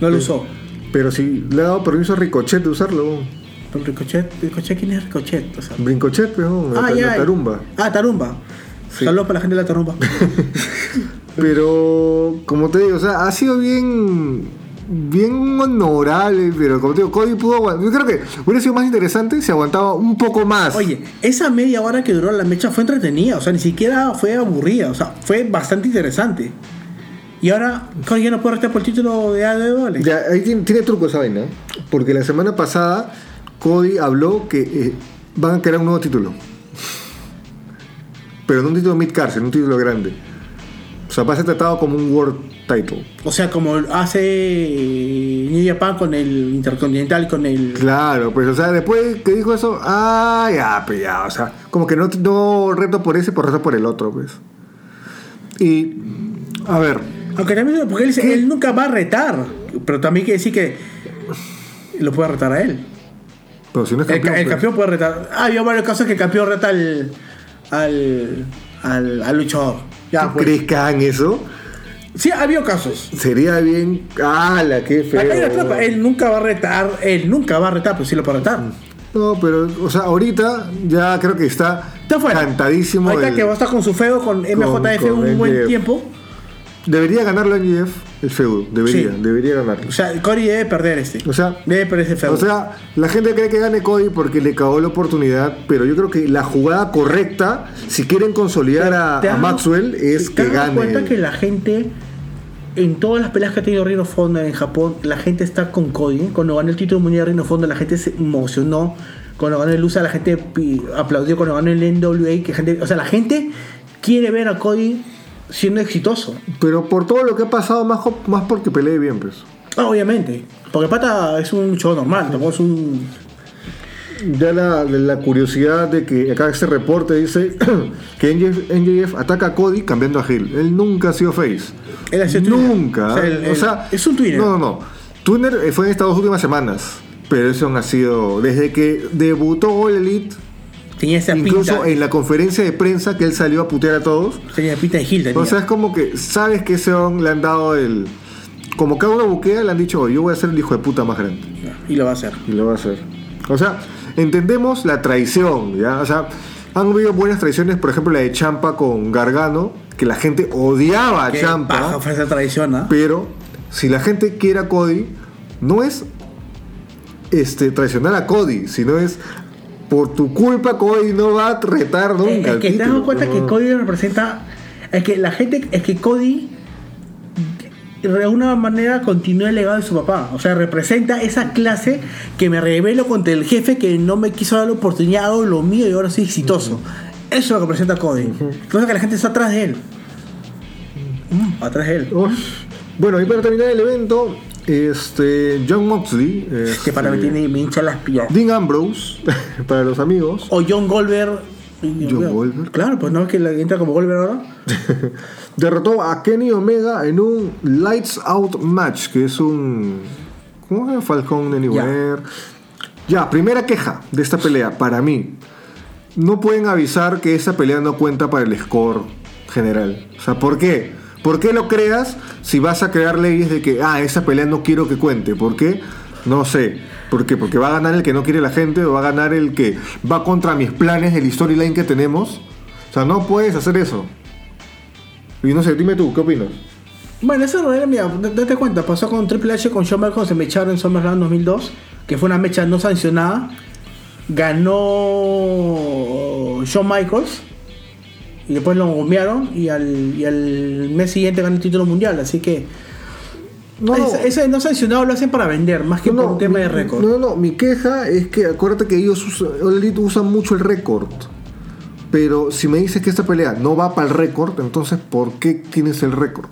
No lo usó.
Pero si le ha dado permiso a Ricochet de usarlo, weón.
Pero Ricochet, Ricochet, ¿quién es Ricochet? O sea,
Brincochet, weón, la, la tarumba.
Ah, Tarumba.
Sí.
Saludos para la gente de
[laughs]
la Tarumba.
Pero, como te digo, o sea, ha sido bien. Bien honorable, pero como te digo, Cody pudo aguantar. Yo creo que hubiera sido más interesante si aguantaba un poco más.
Oye, esa media hora que duró la mecha fue entretenida, o sea, ni siquiera fue aburrida, o sea, fue bastante interesante. Y ahora, Cody ya no puede restar por el título de AEW.
Ya, ahí tiene, tiene truco esa vaina. ¿eh? Porque la semana pasada, Cody habló que eh, van a crear un nuevo título. Pero no un título mid-card, sino un título grande. O sea, va a ser tratado como un World Title.
O sea, como hace New Japan con el Intercontinental, con el...
Claro, pues, o sea, después que dijo eso, ah, ya, pues ya, o sea, como que no, no reto por ese, por reto por el otro, pues. Y, a ver,
Aunque también, porque él, dice, él nunca va a retar, pero también quiere decir que lo puede retar a él.
pero si no es
El,
campeón,
ca- el
pues.
campeón puede retar. Ah, había varios casos que el campeón reta al, al, al, al luchador. Ya,
¿Tú
pues.
crees que hagan eso?
Sí, ha habido casos.
Sería bien, ala, qué feo.
Acá hay una trampa. Él nunca va a retar, él nunca va a retar, pues sí lo puede retar.
No, pero, o sea, ahorita ya creo que está,
Está fuera.
cantadísimo.
Ahorita
el-
que va a estar con su feo, con MJF
con
un buen
MJF.
tiempo.
Debería ganarlo MJF, el feudo. Debería,
Sí.
debería ganarlo.
O sea, Cory debe perder este.
O sea,
debe perder ese feo.
O sea, la gente cree que gane Cody porque le cagó la oportunidad, pero yo creo que la jugada correcta, si quieren consolidar a,
¿Te
a
has-
Maxwell, es
¿te
que
has dado
gane.
cuenta que la gente, en todas las peleas que ha tenido Rino Fonda en Japón, la gente está con Cody. ¿eh? Cuando ganó el título mundial Rino Fonda, la gente se emocionó. Cuando ganó el USA, la gente pi- aplaudió. Cuando ganó el NWA, que gente, o sea, la gente quiere ver a Cody siendo exitoso.
Pero por todo lo que ha pasado, más, jo- más porque pelee bien, pues.
Ah, obviamente. Porque Pata es un show normal, tampoco es un.
Ya la, la curiosidad de que acá este reporte dice [clears throat] que MJF, ataca a Cody cambiando a Hill. Él nunca ha sido face.
Él ha sido tweener.
nunca.
O sea, el-
O sea,
el- es un tweener.
No, no, no. Twinner eh, fue en estas dos últimas semanas. Pero eso no ha sido. Desde que debutó All Elite,
Tenía esa
incluso
pinta.
en la conferencia de prensa que él salió a putear a todos.
Tenía pinta de Hilda.
O sea, es como que sabes que ese on le han dado el. Como cada uno buquea, le han dicho, "Oye, yo voy a ser el hijo de puta más grande.
Y lo va a hacer.
Y lo va a hacer. O sea, entendemos la traición, ¿ya? O sea, han habido buenas traiciones, por ejemplo, la de Champa con Gargano, que la gente odiaba a
Qué
Champa.
paja fue esa traición, ¿ah?
Pero si la gente quiere a Cody, no es este, traicionar a Cody, sino es por tu culpa Cody no va a retar nunca.
Es
al
que te das
título.
cuenta que
No.
Cody representa. Es que la gente. Es que Cody. De una manera continúa el legado de su papá. O sea, representa esa clase que me rebelo contra el jefe que no me quiso dar la oportunidad, hago lo mío y ahora soy exitoso. Eso es lo que representa Cody. Cosa que la gente está atrás de él. Mm, atrás de él.
Bueno, y para terminar el evento, este, John Moxley, este,
Que para mí tiene, me hincha las pillas.
Dean Ambrose, [laughs] para los amigos,
O John Goldberg.
John Goldberg.
Claro, pues no es que la- entra como Goldberg ahora.
[laughs] derrotó a Kenny Omega en un Lights Out Match, que es un... ¿Cómo se llama? Falcón Anywhere. Ya, primera queja de esta pelea, para mí. No pueden avisar que esta pelea no cuenta para el score general. O sea, ¿por qué? ¿Por qué lo creas si vas a crear leyes de que, ah, esa pelea no quiero que cuente? ¿Por qué? No sé. ¿Por qué? ¿Porque va a ganar el que no quiere la gente o va a ganar el que va contra mis planes del storyline que tenemos? O sea, no puedes hacer eso. Y no sé, dime tú, ¿qué opinas?
Bueno, esa realidad, mira, d- date cuenta, pasó con Triple H, con Shawn Michaels, se mecharon en SummerSlam 2002, que fue una mecha no sancionada. Ganó Shawn Michaels y después lo gomearon y al, y al mes siguiente ganó el título mundial, así que
No, no.
es- ese no sancionado lo hacen para vender, más que
No,
por un tema de
mi-
récord.
No, no, mi queja es que acuérdate que ellos usan, All Elite usan mucho el récord. Pero si me dices que esta pelea no va para el récord, entonces ¿por qué tienes el récord?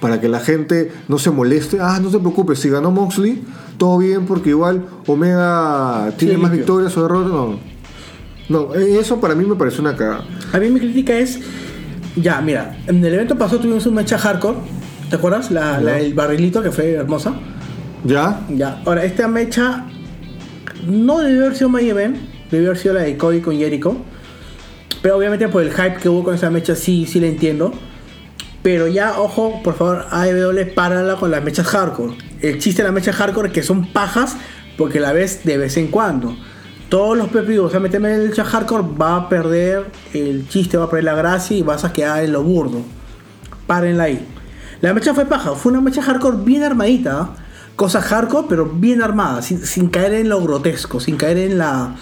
Para que la gente no se moleste. Ah, no te preocupes, si ganó Moxley, todo bien, porque igual Omega tiene
Sí,
más
limpio.
victorias o errores. No, no, eh, eso para mí me parece una cagada.
A mí mi crítica es, ya, mira, en el evento pasado tuvimos un mecha hardcore, ¿te acuerdas? La, la- el barrilito que fue hermosa.
¿Ya?
Ya, ahora esta mecha no debió haber sido Main Event, debió haber sido la de Cody con Jericho. Pero obviamente por el hype que hubo con esa mecha sí, sí la entiendo. Pero ya, ojo, por favor, AEW, párala con las mechas hardcore. El chiste de las mechas hardcore que son pajas porque la ves de vez en cuando. Todos los pepidos, o sea, meterme en el mecha hardcore va a perder el chiste, va a perder la gracia y vas a quedar en lo burdo. Párenla ahí. La mecha fue paja, fue una mecha hardcore bien armadita. ¿ah? Cosa hardcore, pero bien armada, sin, sin caer en lo grotesco, sin caer en la,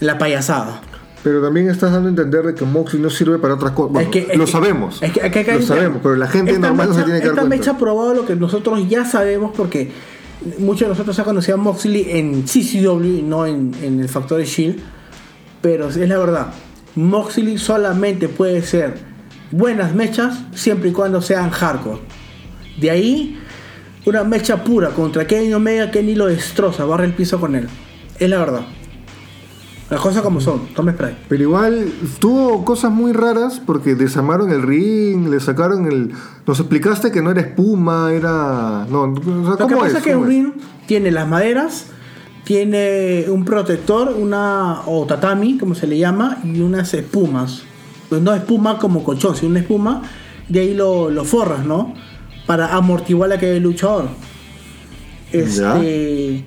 la payasada.
Pero también estás dando a entender de que Moxley no sirve para otras cosas. Bueno,
Es que- es
lo
que-
sabemos.
es que- es que hay que
lo
entender.
sabemos, pero la gente
Esta
normal no se
mecha-
tiene que dar
Esta
cuenta.
mecha ha probado lo que nosotros ya sabemos porque muchos de nosotros ya conocían Moxley en CCW y no en, en el Factory Shield. Pero es la verdad, Moxley solamente puede ser buenas mechas siempre y cuando sean hardcore. De ahí, una mecha pura contra Kenny Omega, Kenny lo destroza, barre el piso con él. Es la verdad. Las cosas como son, tome spray.
Pero igual tuvo cosas muy raras porque desarmaron el ring, le sacaron el. Nos explicaste que no era espuma, era. No, o sea,
Lo que
¿cómo
pasa es que
¿Cómo
un ring tiene las maderas, tiene un protector, una o tatami, como se le llama, y unas espumas. Pues no espuma como colchón, sino una espuma, de ahí lo, lo forras, ¿no? Para amortiguar la que el luchador.
Ya.
Este.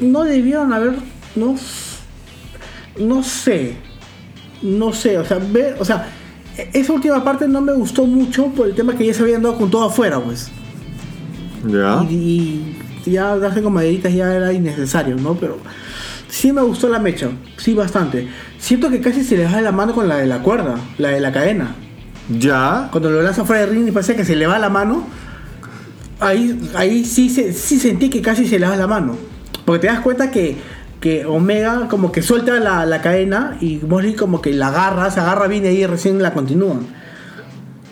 No debieron haber. No. No sé. No sé. O sea, ver. O sea. e-, Esa última parte no me gustó mucho por el tema que ya se habían dado con todo afuera, pues.
Ya.
Y, y ya darse con maderitas ya era innecesario, ¿no? Pero sí me gustó la mecha, sí bastante. Siento que casi se les va la mano con la de la cuerda, la de la cadena.
Ya.
Cuando lo lanza fuera de ring y parece que se le va la mano, ahí, ahí sí, se- sí sentí que casi se le va la mano. Porque te das cuenta que, que Omega como que suelta la, la cadena y Mosley como que la agarra, se agarra bien y ahí recién la continúan.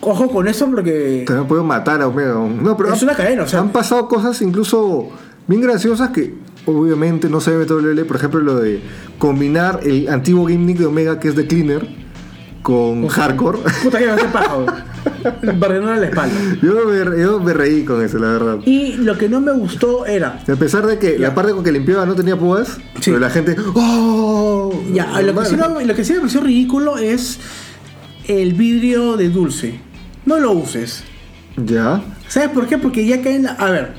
Ojo con eso porque...
También puedo matar a Omega. No, pero
Es una cadena, o sea-
Han pasado cosas incluso bien graciosas que obviamente no se ve WWE. Por ejemplo, lo de combinar el antiguo gimmick de Omega, que es de Cleaner, con hardcore. [laughs]
Puta que me hace paja, weón. Barrenón en la espalda.
Yo me, yo me reí con eso, la verdad.
Y lo que no me gustó era.
A pesar de que la parte con que limpiaba no tenía púas,
Sí.
pero la gente. ¡Oh!
Ya, lo que, sí, no- lo que sí me pareció ridículo es el vidrio de dulce. No lo uses.
Ya.
¿Sabes por qué? Porque ya caen. la- A ver,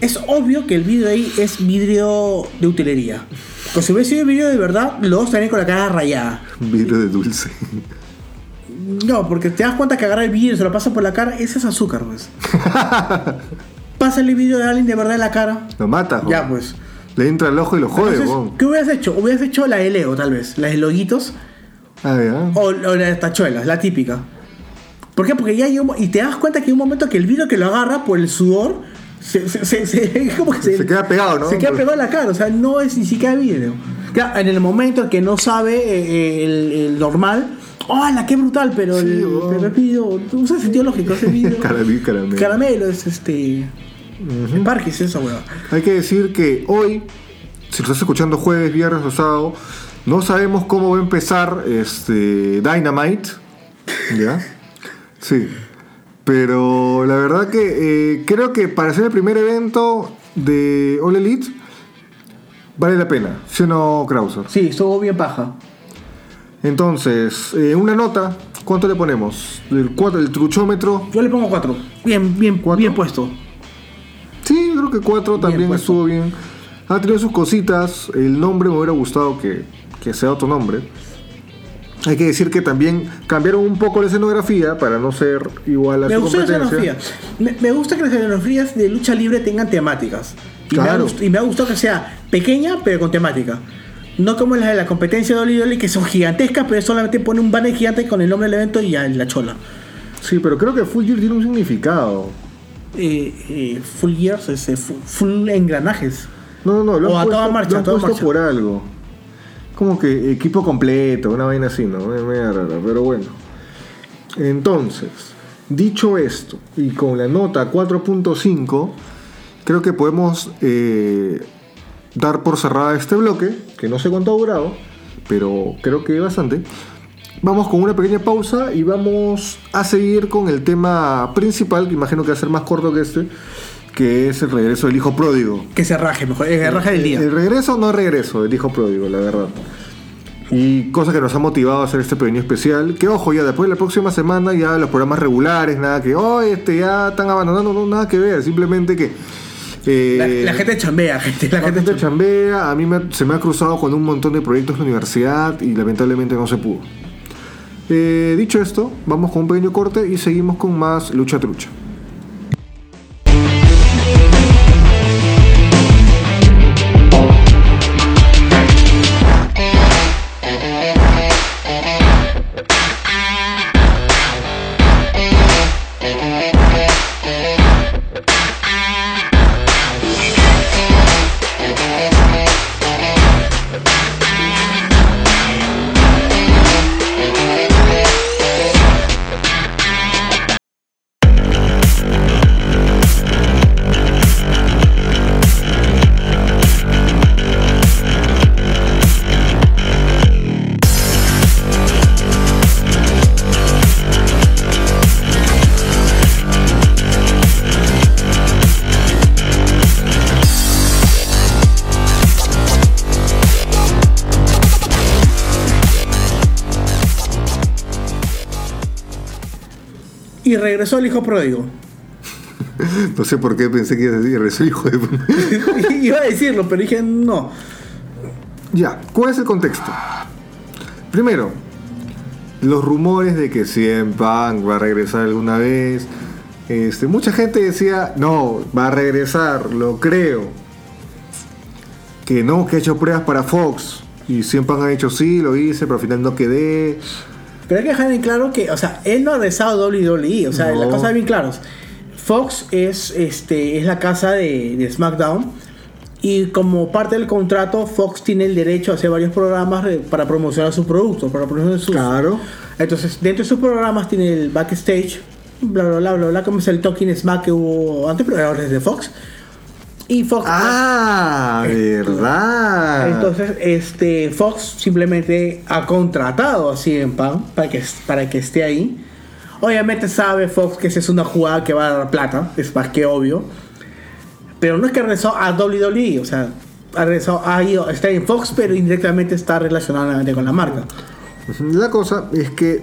es obvio que el vidrio ahí es vidrio de utilería. Pues si hubiese sido vidrio de verdad, los dos estarían con la cara rayada.
Vidrio de dulce. [laughs]
No, porque te das cuenta que agarra el vidrio y se lo pasa por la cara, ese es azúcar, pues. Pásale el vidrio de alguien de verdad en la cara.
Lo mata, jo.
Ya, pues.
Le entra el ojo y lo jode,
Entonces,
weón.
¿Qué hubieras hecho? Hubieras hecho la de Leo, tal vez. Las de Loguitos
Ah, ya.
o, o la de Tachuelas, la típica. ¿Por qué? Porque ya hay un, Y te das cuenta que hay un momento que el vidrio que lo agarra por el sudor. Se, se, se- se- [laughs] como que
Se queda pegado, ¿no?
Se queda pegado en la cara, o sea, no es ni siquiera vidrio. Ya, en el momento en que no sabe eh, eh, el, el normal. ¡Hola, qué brutal! Pero
Sí,
el,
weón.
pero el vidrio. No sé, sentido lógico ese vidrio.
[laughs] Caramelo, caramelo.
Caramelo es este. el parque es eso, weón.
Hay que decir que hoy, si lo estás escuchando jueves, viernes o sábado, no sabemos cómo va a empezar este Dynamite. ¿Ya? Sí. Pero la verdad que eh, creo que para ser el primer evento de All Elite vale la pena, si no, Krauser?
Sí, estuvo bien paja.
Entonces, eh, una nota, ¿cuánto le ponemos? El, cuatro, el truchómetro.
Yo le pongo 4. Bien, bien,
¿Cuatro?
bien puesto.
Sí, creo que cuatro también
puesto.
estuvo bien. Ha tenido sus cositas. El nombre me hubiera gustado que, que sea otro nombre. Hay que decir que también cambiaron un poco la escenografía para no ser igual a
Me
su
gusta la
competencia.
escenografía. Me, me gusta que las escenografías de lucha libre tengan temáticas. Y, me ha
Claro.
gust- y me ha gustado que sea pequeña, pero con temática. No como las de la competencia de WWE que son gigantescas, pero solamente pone un banner gigante con el nombre del evento y ya la chola.
Sí, pero creo que Full Gear tiene un significado.
Eh, eh, full gears, este, fu- full, engranajes.
No, no, no. Lo
O
han
a toda
puesto,
marcha,
lo
a
han
toda
puesto
marcha.
por algo. Como que equipo completo, una vaina así, ¿no? Una vaina rara, pero bueno. Entonces, dicho esto, y con la nota 4.5, creo que podemos eh, dar por cerrada este bloque, que no sé cuánto ha durado, pero creo que bastante. Vamos con una pequeña pausa y vamos a seguir con el tema principal, que imagino que va a ser más corto que este, que es el regreso del hijo pródigo. Eh,
Que se raje, mejor. El raje del día.
El regreso o no regreso, el hijo pródigo, la verdad. Y cosa que nos ha motivado a hacer este pequeño especial. Que ojo, ya después de la próxima semana, ya los programas regulares, nada que, oh, este ya están abandonando, no, nada que ver. Simplemente que. eh,
La, la gente chambea, gente. La,
la
gente,
gente
chambea.
chambea, a mí me- se me ha cruzado con un montón de proyectos en la universidad y lamentablemente no se pudo. Eh, dicho esto, vamos con un pequeño corte y seguimos con más lucha trucha. [laughs]
Y regresó el hijo pródigo. [laughs]
No sé por qué pensé que ibas a decir "Eres hijo de...
Iba a decirlo, pero dije no.
Ya, ¿cuál es el contexto? Primero, los rumores de que CM Punk va a regresar alguna vez. Este, mucha gente decía, no, va a regresar, lo creo. Que no, que ha hecho pruebas para Fox. Y CM Punk ha dicho, sí, lo hice, pero al final no quedé.
Pero hay que dejar en claro que, o sea, él no ha regresado a WWE, E, o sea,
No.
las cosas bien claras. Fox es, este, es la casa de, de SmackDown y como parte del contrato, Fox tiene el derecho a hacer varios programas eh, para promocionar sus productos, para promocionar sus...
Claro.
Entonces, dentro de sus programas tiene el backstage, bla, bla, bla, bla, bla, como es el Talking Smack que hubo antes, pero era desde Fox. Y Fox...
Ah, verdad.
Entonces, este Fox simplemente ha contratado a CM Punk para que, para que esté ahí. Obviamente sabe Fox que esa es una jugada que va a dar plata, es más que obvio. Pero no es que regresó a WWE, o sea, ha regresado, ha ido, está en Fox, pero indirectamente está relacionado nuevamente con la marca.
La cosa es que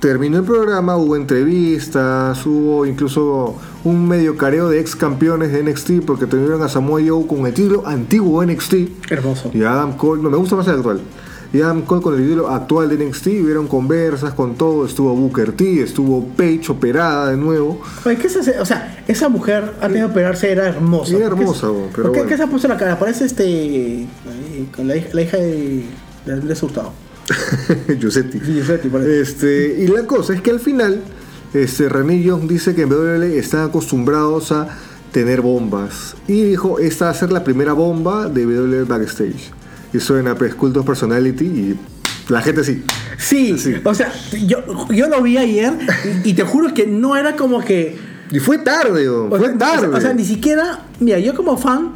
terminó el programa, hubo entrevistas, hubo incluso un medio careo de ex campeones de NXT porque tuvieron a Samoa Joe con el título antiguo NXT
Hermoso.
y a Adam Cole, no me gusta más el actual. Y Adam Cole con el título actual de NXT, hubieron conversas con todo, estuvo Booker T, estuvo Paige operada de nuevo.
Oye, ¿qué se hace? O sea, esa mujer antes de operarse era hermosa.
Era
¿Por qué-
hermosa, bo, pero
¿Por qué,
bueno.
qué se ha puesto la cara? Parece este. eh, con la, hija- la hija de, de Eh, Andrés Hurtado.
Giuseppe.
Giuseppe, parece.
Este, y la cosa es que al final, este, René Young dice que en WWE están acostumbrados a tener bombas. Y dijo, esta va a ser la primera bomba de WWE Backstage. Y suena pues, Cult of Personality y la gente sí.
Sí,
Sí.
o sea, yo, yo lo vi ayer y, y te juro que no era como que...
Y fue tarde, weón,
O
fue
sea,
tarde.
o sea, ni siquiera... Mira, yo como fan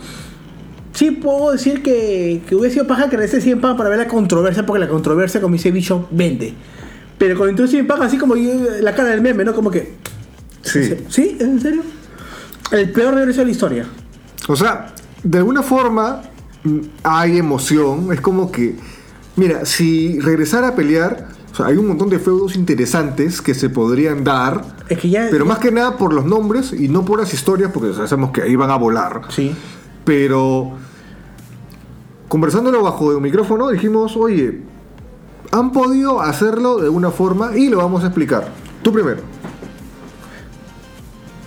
sí puedo decir que, que hubiese sido paja que regrese 100 paja para ver la controversia, porque la controversia, como dice Bicho, vende. Pero con entonces 100 paja, así como yo- la cara del meme, ¿no? Como que...
sí.
¿Sí? ¿En serio? El peor regreso de la historia.
O sea, de alguna forma mm, hay emoción. Es como que, mira, si regresara a pelear, o sea, hay un montón de feudos interesantes que se podrían dar.
Es que ya...
Pero más que nada por los nombres y no por las historias, porque sabemos que ahí van a volar.
Sí.
Pero conversándolo bajo de un micrófono, dijimos, oye, han podido hacerlo de una forma y lo vamos a explicar. Tú primero.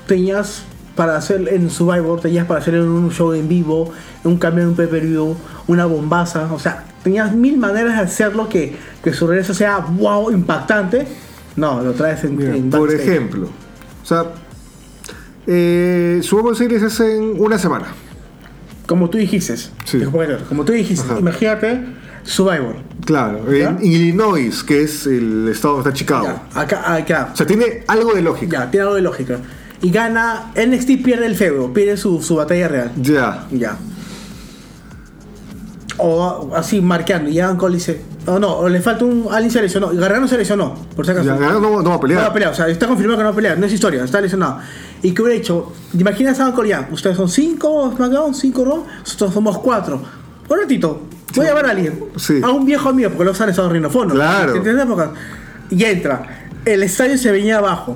tenías para hacer en Survivor, tenías para hacer en un show en vivo, en un cambio en un pay-per-view, una bombaza, o sea, tenías mil maneras de hacerlo que, que su regreso sea wow, impactante. No, lo traes en,
Mira,
en
por
backstage.
ejemplo, o sea, eh, Survivor Series es en una semana.
Como tú dijiste.
Sí.
Te puedo creer, Como tú dijiste,
Ajá.
imagínate Survivor.
Claro,
¿Ya?
en Illinois, que es el estado donde está Chicago.
Ya, acá, acá.
O sea, tiene algo de lógica.
Ya, tiene algo de lógica. Y gana, NXT pierde el feudo, pierde su, su batalla real.
Ya.
Ya. O así marqueando. Y Adam Cole dice. "Oh, No, no, o le falta un. Alguien se lesionó. Y Gargano se lesionó, por si acaso.
Ya, ganó, no, no va a
No
pelear.
va a pelear, o sea, está confirmado que no va a pelear, no es historia, está lesionado. ¿Y qué hubiera hecho? Imagina a Adam Cole ya, ustedes son 5 SmackDown, 5 Raw, nosotros somos 4. Un ratito, Voy a llamar a alguien.
Sí.
A un viejo mío, porque lo usan esos rinofonos.
Claro.
En distintas épocas. Y entra. El estadio se venía abajo.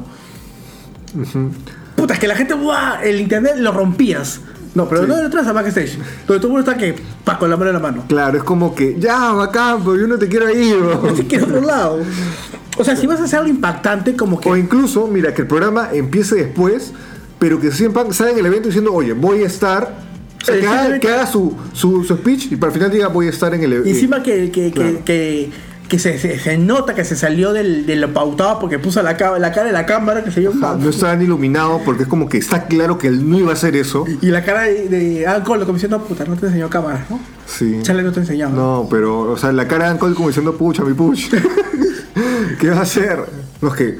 Puta, es que la gente, ¡buah! el internet lo rompías. No, pero
Sí.
no detrás a backstage. Donde todo el mundo está que, pa, con la mano en
[laughs]
la mano. [laughs]
Claro, es como que, ya, bacán, pero yo no te quiero ir.
[laughs]
bro".
Así que otro lado. O sea, si vas a hacer algo impactante, como que.
O incluso, mira, que el programa empiece después, pero que siempre salgan el evento diciendo, oye, voy a estar. O sea, que haga, que haga su, su, su speech y para el final diga, voy a estar en el e-". evento.
Y encima que, que, que-
Claro.
que, que se, se- se nota que se salió del, de lo pautado porque puso la, ca- la cara de la cámara, que se yo.
Ah, No estaban iluminados porque es como que está claro que él no iba a hacer eso.
Y la cara de, de alcohol, como diciendo, puta, no te enseñó cámara, ¿no?
Sí.
Chale, no te enseñó.
No, pero, o sea, la cara de Ancol como diciendo, pucha, [laughs] mi puch. ¿Qué vas a hacer? No, es que.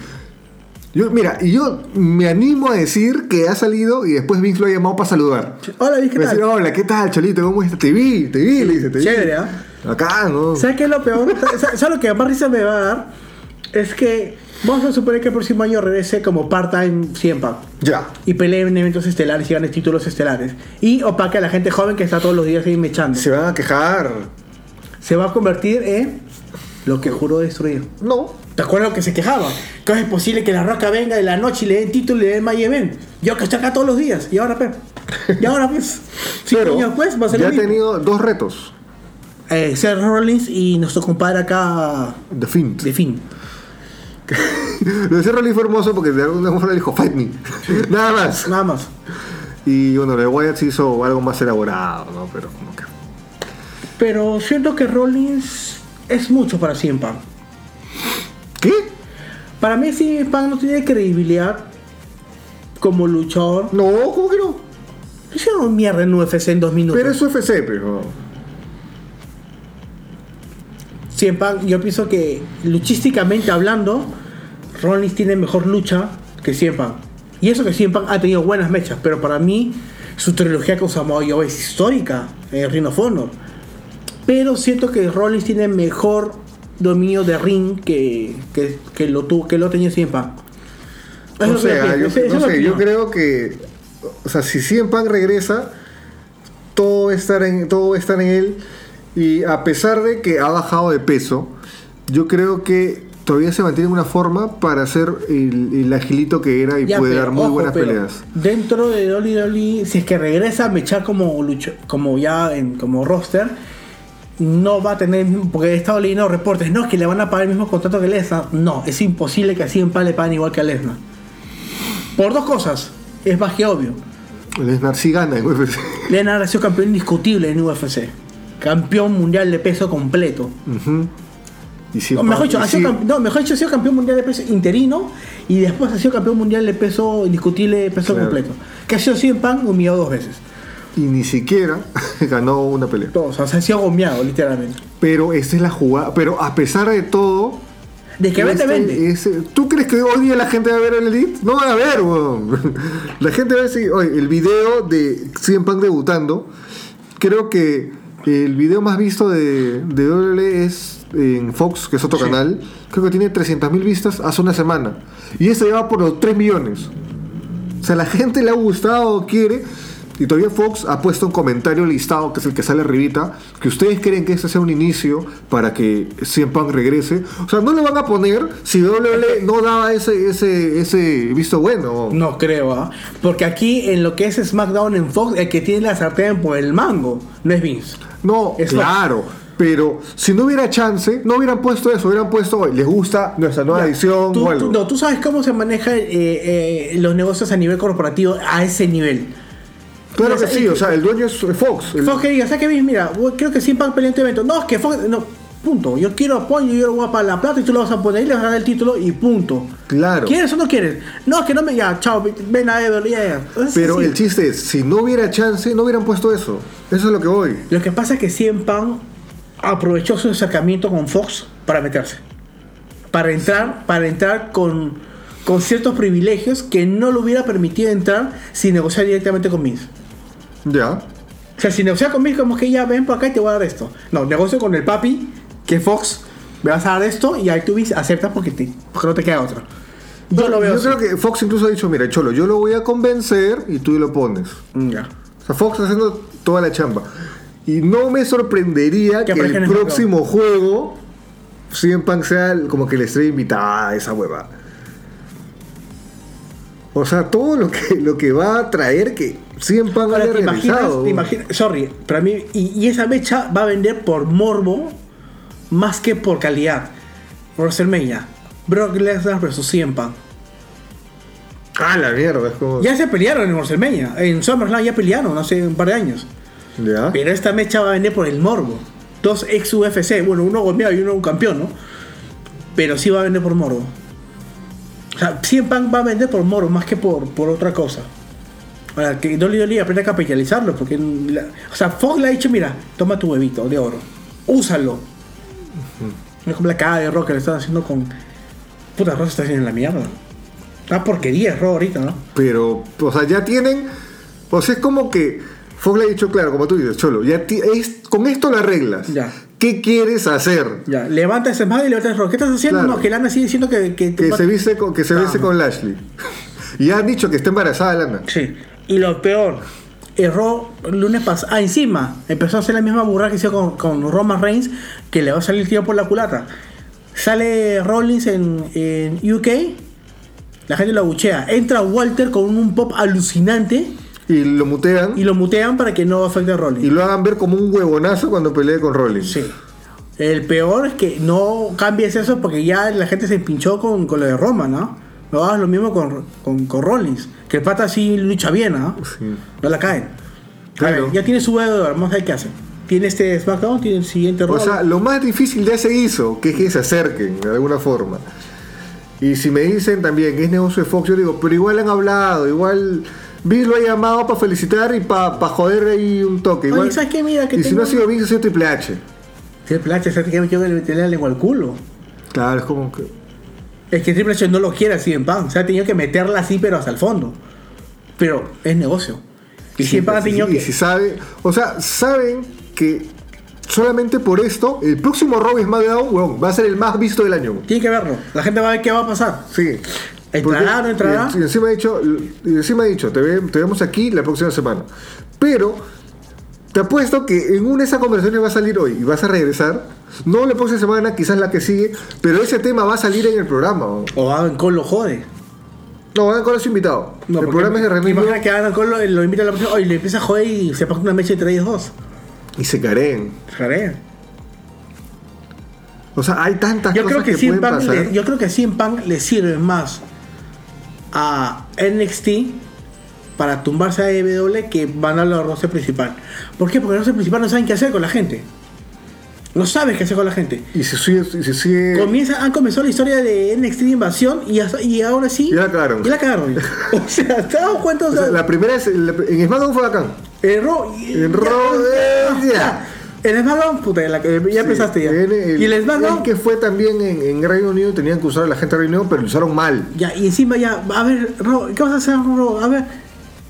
Yo, mira, y yo me animo a decir que ha salido y después Vince lo ha llamado para saludar.
Hola, Vic, ¿qué
Me
tal?
dice, hola, ¿qué tal, Cholito? ¿Cómo estás? Te vi, te vi, le dice, Pues, te vi.
Pues, Chévere, ¿ah?
Acá, ¿no?
¿Sabes qué es lo peor? [laughs] ¿Sabes sabes lo que más risa me va a dar? Es que vamos a suponer que el próximo año regrese como part-time 100 pack
Ya.
y peleen en eventos estelares y gane títulos estelares. Y opaque a la gente joven que está todos los días ahí mechando.
Se van a quejar.
Se va a convertir en lo que juró destruir.
No.
¿Te acuerdas lo que se quejaba? ¿Cómo es posible que la roca venga de la noche y le den título y le den My Event? Yo que estoy acá todos los días. ¿Y ahora, pues? ¿Y
[laughs]
ahora, pues? Cinco
Pero
años después pues, va a ser
ya
lo
ha
mismo.
tenido dos retos.
Eh, Seth Rollins y nuestro compadre acá,
The Fiend.
de fin.
[laughs] Lo de Cerro Lee fue hermoso porque de alguna forma le dijo, fight me. [laughs] Nada más.
Nada más.
Y bueno, de Wyatt se hizo algo más elaborado, ¿no? Pero como que.
Pero siento que Rollins es mucho para CM Punk.
¿Qué?
Para mí CM Punk no tiene credibilidad como luchador.
No, ¿cómo que no?
Hicieron mierda en UFC en dos minutos.
Pero es UFC, pero.
CM Punk, yo pienso que luchísticamente hablando, Rollins tiene mejor lucha que CM Punk. Y eso que CM Punk ha tenido buenas mechas, pero para mí su trilogía con Samoa Joe es histórica en Ring of Honor. Pero siento que Rollins tiene mejor dominio de ring que, que, que lo tuvo, que lo tenía CM Punk. Eso
No
es [laughs] lo que
sé, ah,
pienso,
yo,
esa- esa
no
es mi
sé, yo
opinión.
creo que. O sea, si CM Punk regresa, todo va, a estar en, todo va a estar en él. Y a pesar de que ha bajado de peso, yo creo que todavía se mantiene en una forma para ser el, el agilito que era y
Ya,
puede
pero,
dar muy
ojo,
buenas
pero
peleas.
Dentro de WWE, si es que regresa a mechar como lucho, como ya en como roster, no va a tener, porque he estado leyendo reportes, no, es que le van a pagar el mismo contrato que Lesnar. No, es imposible que así en le paguen igual que a Lesnar. Por dos cosas, es más que obvio.
Lesnar sí gana en UFC.
Lesnar ha sido campeón indiscutible en UFC. Campeón mundial de peso completo.
Ujú. [laughs] Y CM
No,
Punk-
mejor dicho,
y
ha sido,
sí-
campe- no, mejor dicho, ha sido campeón mundial de peso interino y después ha sido campeón mundial de peso indiscutible de peso
Claro.
completo. Que ha sido 100 pan humillado dos veces.
y ni siquiera [laughs] ganó una pelea.
Todos, o sea, ha sido gomeado, literalmente.
Pero esa es la jugada. Pero a pesar de todo.
De que vende,
este-
vende.
ese- ¿Tú crees que hoy día la gente va a ver el Elite? No van a ver, weón. [laughs] La gente va a decir, oye, el video de 100 Punk debutando. Creo que el video más visto de, de WWE es en Fox, que es otro canal. Creo que tiene 300.000 vistas hace una semana. Y ese lleva por los 3 millones. O sea, la gente le ha gustado, quiere. Y todavía Fox ha puesto un comentario listado, que es el que sale arribita, que ustedes creen que este sea un inicio para que CM Punk regrese. O sea, no lo van a poner si WWE no daba ese, ese, ese visto bueno.
No creo, ¿ah? Porque aquí en lo que es SmackDown en Fox, el que tiene la sartén por el mango no es Vince.
No,
Es
claro. Pero si no hubiera chance, no hubieran puesto eso, hubieran puesto, "Oye, les gusta nuestra nueva
Ya,
edición
tú,
o algo.
tú- no, tú sabes cómo se manejan los negocios a nivel corporativo a ese nivel.
claro
o
que
sea,
sí,
es-
o sea, el dueño es Fox. el-
Fox que diga, ¿sabes qué, Vince? Mira, voy- creo que sin Punk peleó en tu evento. No, es que Fox, no, punto. Yo quiero apoyo, yo lo voy a pagar la plata y tú lo vas a poner y le vas a dar el título y punto.
Claro.
¿Quieres o no quieres? No, es que no me. Ya, chao, ven a Ever, ya, ya. Es
Pero
así.
el chiste es, si no hubiera chance, no hubieran puesto eso. Eso es lo que voy.
Lo que pasa es que 100 Punk aprovechó su acercamiento con Fox para meterse. Para entrar, para entrar con, con ciertos privilegios que no le hubiera permitido entrar si negociar directamente con Vince.
Ya.
O sea, si negocias conmigo, como que ya ven por acá y te voy a dar esto. No, negocio con el papi, que es Fox, me vas a dar esto y ahí tú vis- aceptas porque, te, porque no te queda otra. Yo lo veo.
Yo
así.
creo que Fox incluso ha dicho, mira, Cholo, yo lo voy a convencer y tú lo pones.
Mm, ya.
O sea, Fox está haciendo toda la chamba. Y no me sorprendería
Que
que,
aparezca
el
en SmackDown.
próximo juego CM Punk sea el- como que la estrella invitada a esa hueva. O sea, todo lo que, lo que va a traer que CM Punk
Ahora,
haya
¿te imaginas,
realizado.
te imaginas- sorry, para mí, y, y esa mecha va a vender por morbo más que por calidad. WrestleMania, Brock Lesnar versus CM Punk.
Ah, la mierda, es como.
Ya se pelearon en WrestleMania, en SummerSlam ya pelearon hace un par de años.
Ya.
Pero esta mecha va a vender por el morbo. Dos ex UFC, bueno, uno golpeado y uno un campeón, ¿no? Pero sí va a vender por morbo. O sea, 100 Punk va a vender por morbo más que por, por otra cosa. Ahora, que Dolly Dolly aprende a capitalizarlo, porque. la- o sea, Fox le ha dicho: mira, toma tu huevito de oro, úsalo. No es como la cagada de rock que le están haciendo con. Puta, Rock se está haciendo en la mierda. Una porquería, es Raw ahorita, ¿no?
Pero, o sea, ya tienen. O sea, es como que. Fox le ha dicho, claro, como tú dices, Cholo, ya ti- es, con esto las reglas.
Ya.
¿Qué quieres hacer?
Ya, levanta ese madre y levanta ese rock. ¿Qué estás haciendo?
Claro.
No, que Lana sigue diciendo que. Que,
Que se viste con, que se
Ah.
viste con Lashley. y han dicho que está embarazada Lana.
Sí. Y lo peor, erró lunes pasado. Ah, encima, empezó a hacer la misma burra que hizo con, con Roman Reigns, que le va a salir el tiro por la culata. Sale Rollins en, en UK, la gente lo abuchea. Entra Walter con un pop alucinante
Y lo mutean.
y
Y,
lo mutean para que no afecte a Rollins.
lo hagan ver como un huevonazo cuando pelee con Rollins.
Sí. El peor es que no cambies eso porque ya la gente se pinchó con, con lo de Roma, ¿no? No hagas lo mismo con, con, con Rollins. Que el pata sí lucha bien, ¿no?
Sí.
No la caen.
Claro.
A ver, ya tiene su huevo de oro, vamos a ver qué hace. Tiene este SmackDown, tiene el siguiente
O
Raw.
sea, lo más difícil ya se hizo, que es que se acerquen de alguna forma. Y si me dicen también que es negocio de Fox, yo digo, pero igual han hablado, igual Vince lo ha llamado para felicitar y para joder ahí un toque.
Oye,
Igual,
¿sabes qué? Mira, que
y si
tengo-
no ha sido Vince, ha sido Triple H.
Si el Triple H se tiene que meterle la lengua al culo.
Claro, es como que.
Es que Triple H no lo quiere así en pan. O sea, ha tenido que meterla así, pero hasta el fondo. Pero es negocio. Y si en pan ha
pues,
tenido
y
que.
si sabe, o sea, saben que solamente por esto, el próximo Raw es más va a ser el más visto del año.
Tiene que verlo. La gente va a ver qué va a pasar.
Sí.
¿Entrará o no entrará?
Y, y encima ha dicho, y encima ha dicho, te, ve- te vemos aquí la próxima semana. Pero te apuesto que en una de esas conversaciones va a salir hoy y vas a regresar. No la próxima semana, quizás la que sigue, pero ese tema va a salir en el programa. ¿o?
O Adam Cole lo jode.
No, van con su invitado.
No,
el
porque
programa es de René
Imagina que Adam Cole lo, lo invita a la próxima. Oye, le empieza a joder y se pasa una mecha entre ellos dos.
y se careen.
Jarea.
O sea, hay tantas
Yo
cosas
creo que,
que
CM
pueden
Punk
pasar.
le, yo creo que CM Punk le sirve más a NXT para tumbarse a EW que mandarlo a roster principal. ¿Por qué? Porque el roster principal no saben qué hacer con la gente. No sabes qué hacer con la gente.
Y se sigue, y se sigue
Comienza, han comenzado la historia de NXT de invasión y, hasta- y ahora sí.
Ya la cagaron.
Ya
[laughs]
la cagaron. o sea, ¿te has dado cuenta? O
O sea,
sea,
la primera es la- en SmackDown fue bacán.
En Raw.
En Raw, eh, ya.
En SmackDown, puta, en la que- ya empezaste ya.
En el-
y el SmackDown.
el que fue también en, en Reino Unido tenían que usar a la gente de Reino Unido, pero lo usaron mal.
Ya, y encima ya, a ver, Ro, ¿qué vas a hacer, Ro? A ver,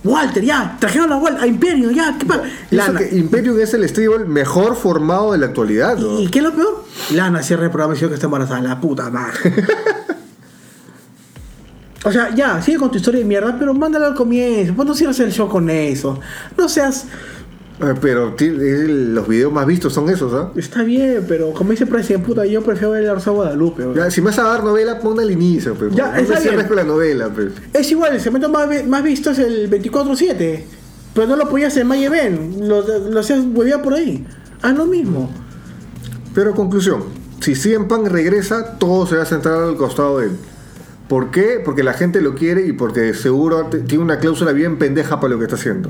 Walter, ya, trajeron a Walter, a Imperio, ya, ¿qué pasa?
Y eso
Lana.
que Imperium es el stable mejor formado de la actualidad. ¿no?
¿Y qué es lo peor? Lana cierra el programa y dice que está embarazada, la puta
[laughs]
madre. o sea, ya, sigue con tu historia de mierda, pero mándala al comienzo. Vos no cierras el show con eso. No seas.
Eh, Pero ti- eh, los videos más vistos son esos, ¿ah?
Está bien, pero como dice Presidente, puta, yo prefiero ver el Arce Guadalupe. weón.
Ya, si me vas a dar novela, ponla al inicio, pues.
Ya,
no
está
me
bien.
cierres con la novela, pues.
Es igual, el segmento más, vi- más visto es el 24-7. Pero no lo podías en My Event. Lo, lo hacías huevear por ahí. Haz lo mismo.
Pero conclusión, si CM Punk regresa, todo se va a centrar al costado de él. ¿Por qué? Porque la gente lo quiere y porque seguro te- tiene una cláusula bien pendeja para lo que está haciendo.